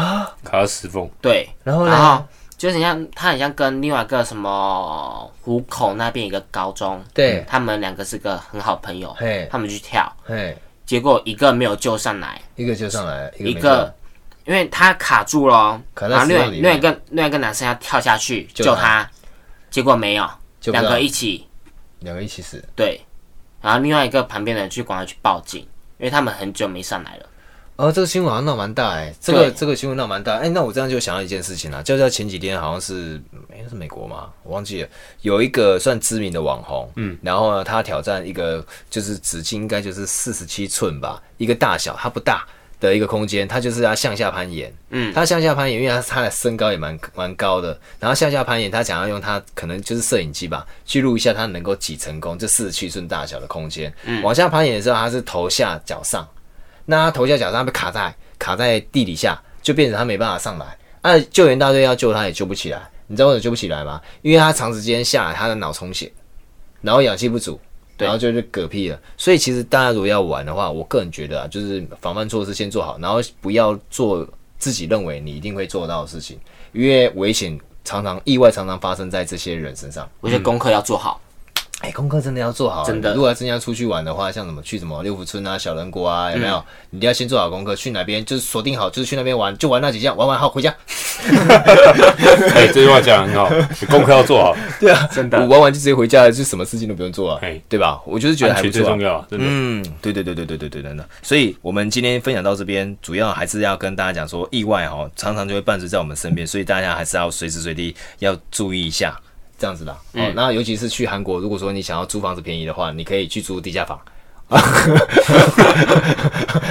S3: 卡到石缝，
S2: 对，
S1: 然后
S2: 然
S1: 呢？
S2: 后就是很像他很像跟另外一个什么湖口那边一个高中，
S1: 对
S2: 嗯他们两个是个很好朋友
S1: 嘿，
S2: 他们去跳，
S1: 嘿，
S2: 结果一个没有救上来，
S1: 一个就上来，
S2: 一
S1: 一个没上来
S2: 个。因为他卡住了哦，
S1: 卡在
S2: 然后另
S1: 石
S2: 外
S1: 头里面
S2: 另外一个另外一个男生要跳下去
S1: 救
S2: 救
S1: 他
S2: 他，结果没有，
S1: 救不
S2: 两
S1: 到
S2: 个一起
S1: 两个一起死。
S2: 对，然后另外一个旁边的人去赶快去报警，因为他们很久没上来了。
S1: 哦，这个新闻好像闹蛮大哎、这个
S2: 对
S1: 这个新闻闹蛮大哎、那我这样就想到一件事情啦，就在前几天好像是哎、是美国吗？我忘记了，有一个算知名的网红，嗯，然后呢，他挑战一个就是直径应该就是四十七寸吧，一个大小，它不大的一个空间，他就是要向下攀岩，
S2: 嗯
S1: 他向下攀岩，因为他他的身高也蛮蛮高的，然后向下攀岩，他想要用他可能就是摄影机吧，去录一下他能够挤成功这四十七寸大小的空间，
S2: 嗯
S1: 往下攀岩的时候，他是头下脚上。那他头下脚上被卡在卡在地底下，就变成他没办法上来。那、救援大队要救他也救不起来，你知道为什么救不起来吗？因为他长时间下来，他的脑充血，然后氧气不足，
S2: 对
S1: 然后就是嗝屁了。所以其实大家如果要玩的话，我个人觉得啊，就是防范措施先做好，然后不要做自己认为你一定会做到的事情，因为危险常常意外常常发生在这些人身上。
S2: 我觉得功课要做好，
S1: 哎、功课真的要做好啊。
S2: 真的
S1: 如果要真要出去玩的话，像什么去什么六福村啊、小人国啊，
S3: 嗯
S1: 有没有？你一定要先做好功课，去哪边就是锁定好，就是去那边玩，就玩那几项，玩完好回家。
S3: 哎，这句话讲得很好，
S1: <laughs>
S3: 你功课要做好，
S1: 对啊，
S2: 真
S1: 我
S2: 的
S1: 玩完就直接回家了，就什么事情都不用做啊
S3: 哎，
S1: 对吧？我就是觉得
S3: 安
S1: 还不
S3: 全最
S1: 错、啊
S3: 重。要啊，真的。
S1: 嗯，对对对对对对对对的。所以我们今天分享到这边，主要还是要跟大家讲说，意外哈常常就会伴随在我们身边，所以大家还是要随时随地要注意一下，这样子啦。
S3: 嗯
S1: 哦，那尤其是去韩国，如果说你想要租房子便宜的话，你可以去租地下房。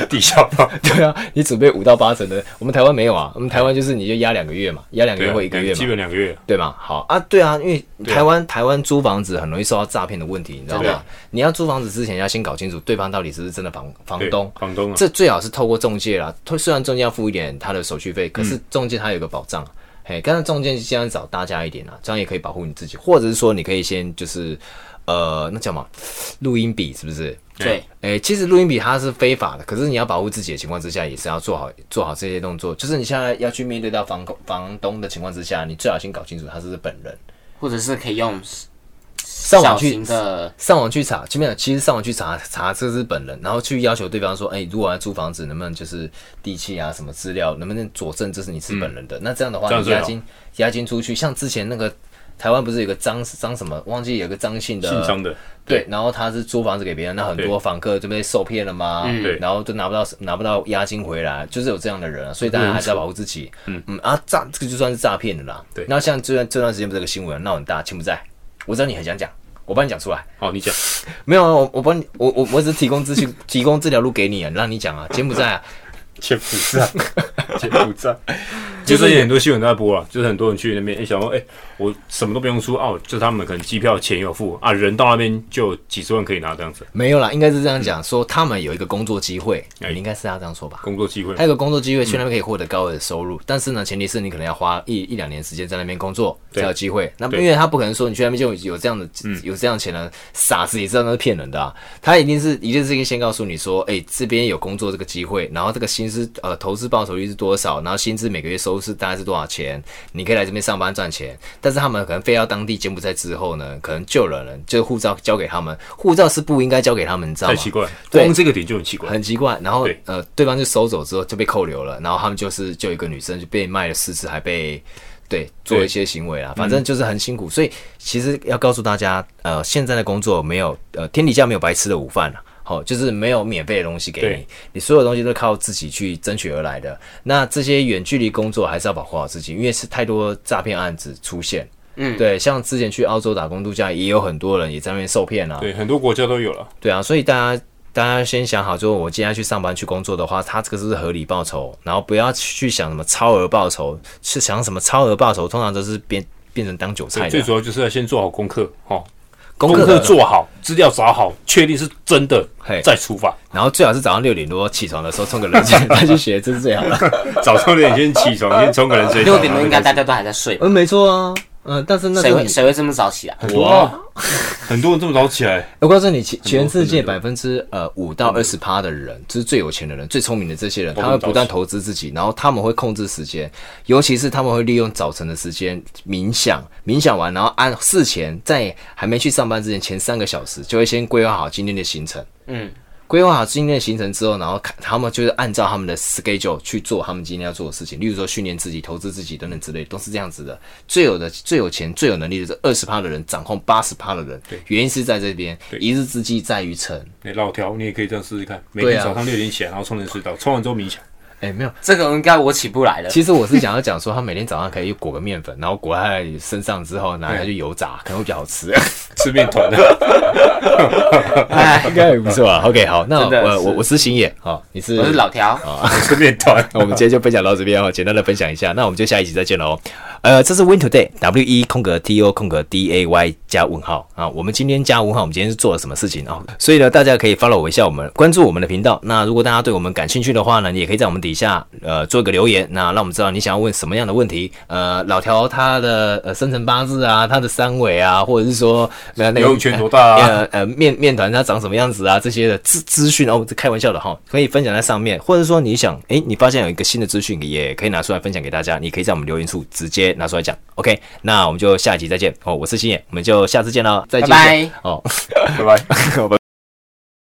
S3: 地下炮，
S1: 对啊，你准备五到八成的，我们台湾没有啊，我们台湾就是你就压两个月嘛，压两个
S3: 哎对
S1: 月
S3: 啊，
S1: 或一个月
S3: 基
S1: 嘛，
S3: 本两个月。
S1: 对吗？好啊，对啊，因为
S3: 对啊
S1: 台湾台湾租房子很容易受到诈骗的问题，你知道
S3: 对
S1: 吗
S3: 啊？
S1: 你要租房子之前要先搞清楚对方到底是不是真的房房
S3: 对
S1: 东。
S3: 房东啊，
S1: 这最好是透过中介啦，透虽然中介要付一点他的手续费，可
S3: 嗯
S1: 是中介他有个保障啊。嘿，刚才中介尽量找大家一点啊，这样也可以保护你自己，或者是说你可以先就是，呃，那叫什么，录音笔是不是？
S2: 对，
S1: 诶、其实录音笔它是非法的，可是你要保护自己的情况之下，也是要做好做好这些动作。就是你现在要去面对到房房东的情况之下，你最好先搞清楚他是不是本人，
S2: 或者是可以用
S1: 上网
S2: 小
S1: 去
S2: 型的，
S1: 上网去查，基本上其实上网去查查这是本人，然后去要求对方说，哎、如果要租房子，能不能就是地契啊什么资料，能不能佐证这是你是本人的？那这样的
S3: 嗯这
S1: 话，
S3: 样
S1: 你
S3: 最好
S1: 押金押金出去，像之前那个台湾不是有个张张什么，忘记有个张姓的
S3: 姓张的，
S1: 对，然后他是租房子给别人，那很多
S3: 啊对嗯
S1: 房客就被受骗了嘛，
S3: 对
S1: 然后就拿不到拿不到押金回来，就是有这样的人、
S3: 嗯
S1: 啊，所以大家还是要保护自己。嗯嗯啊，诈这个就算是诈骗的啦。
S3: 对
S1: 那像这段这段时间不是有个新闻闹很大，柬埔寨，我知道你很想讲，我帮你讲出来。
S3: 好，你讲，
S1: 没有啊，我我帮你，我我我只是提供资
S3: <laughs>
S1: 讯，提供这条路给你啊，让你讲啊，柬埔寨啊，
S3: 柬埔 <laughs> 寨，柬埔寨， <laughs> 就是有很多新闻都在播了，啊就是很多人去那边，哎、想说，哎、我什么都不用出哦、就他们可能机票钱有付啊，人到那边就有几十万可以拿这样子，
S1: 没有啦，应该是这样讲，说他们有一个工作机会，
S3: 哎
S1: 你应该是要这样说吧。
S3: 工作机会
S1: 还。有个工作机会，去那边可以获得高额的收入，但是呢，前提是你可能要花一一两年时间在那边工作才
S3: 对
S1: 有机会。那
S3: 对嗯
S1: 因为他不可能说你去那边就有这样的、有这样的钱呢，傻子也知道那是骗人的啊。他一定是一件事情先告诉你说，哎、这边有工作这个机会，然后这个薪资呃投资报酬率是多少，然后薪资每个月收入是大概是多少钱，你可以来这边上班赚钱。但是他们可能非要当地柬埔寨之后呢，可能救了人，就护照交给他们，护照是不应该交给他们，你知道
S3: 太
S1: 吗？
S3: 奇怪了，
S1: 对
S3: 光这个点就很奇怪。
S1: 很奇怪。然后
S3: 对
S1: 呃，对方就收走之后就被扣留了，然后他们就是就有一个女生就被卖了四次，还被对做一些行为啊，反正
S3: 嗯
S1: 就是很辛苦。所以其实要告诉大家，呃，现在的工作没有呃天底下没有白吃的午饭啊。好、就是没有免费的东西给你
S3: 对，
S1: 你所有东西都靠自己去争取而来的。那这些远距离工作还是要保护好自己，因为是太多诈骗案子出现。
S2: 嗯
S1: 对，像之前去澳洲打工度假，也有很多人也在那边受骗啊。
S3: 对，很多国家都有了。
S1: 对啊，所以大家大家先想好，就是我今天去上班去工作的话，他这个是不是合理报酬？然后不要去想什么超额报酬，是想什么超额报酬，通常都是变变成当韭菜的
S3: 最
S1: 啊。
S3: 主要就是要先做好功课，哦，
S1: 功
S3: 功
S1: 课
S3: 课做好，资料找好，确定是真的
S1: 嘿，
S3: 再出发。
S1: 然后最好是早上六点多起床的时候冲个冷 <laughs> 水再去学，这是最好的。
S3: 早上六点先
S1: <laughs>
S3: 起床，先冲个人水。
S2: 六点钟应该大家都还在睡吧？
S1: 嗯，没错啊，嗯，但是那
S2: 谁
S1: 时候
S2: 会谁会这么早起啊？
S3: 哇，很多人这么早起来，
S1: 我告诉你，全全世界
S3: 很多
S1: 百分之呃五到二十趴的人，就是最有钱的人、最聪明的这些人，
S3: 都
S1: 他
S3: 很
S1: 会不断投资自己，然后他们会控制时间，尤其是他们会利用早晨的时间冥想，冥想完，然后按事前在还没去上班之前前三个小时，就会先规划好今天的行程。
S2: 嗯，
S1: 规划好今天的行程之后，然后看他们就是按照他们的 schedule 去做他们今天要做的事情，例如说训练自己、投资自己等等之类，都是这样子的。最有的、最有钱、最有能力的这二十趴的人，掌控八十趴的人，原因是在这边，一日之计在于晨。
S3: 你老条，你也可以这样试试看。每
S1: 对
S3: 天
S1: 啊
S3: 早上六点起来，然后冲冷水澡，冲完之后冥想。
S1: 哎、没有，
S2: 这个应该我起不来了。
S1: 其实我是想要讲说，他每天早上可以裹个面粉，然后裹在身上之后拿下去油炸，可能会比较好吃。
S2: <laughs>
S3: 吃面团啊
S1: <laughs>
S3: 的，
S1: 哎，应该也不错啊。OK，好，那
S2: 真的
S1: 我
S2: 是
S1: 我我是星野，好，你是
S2: 我是老条，
S3: 吃面团。
S1: <laughs> 那我们今天就分享到这边哦，简单的分享一下，那我们就下一集再见喽。呃，这是 Win Today W E 空格 T O 空格 D A Y 加问号啊。我们今天加问号，我们今天是做了什么事情啊、所以呢，大家可以 follow 我一下，我们关注我们的频道。那如果大家对我们感兴趣的话呢，你也可以在我们底下呃做一个留言，那让我们知道你想要问什么样的问题。呃，老条他的呃生辰八字啊，他的三围啊，或者是说呃那个
S3: 游泳圈多
S1: <laughs>
S3: 大啊
S1: 呃呃面面团它长什么样子啊这些的资资讯哦，这开玩笑的哈，可以分享在上面，或者说你想诶，你发现有一个新的资讯，也可以拿出来分享给大家，你可以在我们留言处直接拿出来讲。OK，那我们就下一集再见哦，我是星野，我们就下次见喽，再见
S2: 拜拜
S1: 哦。
S3: 拜拜。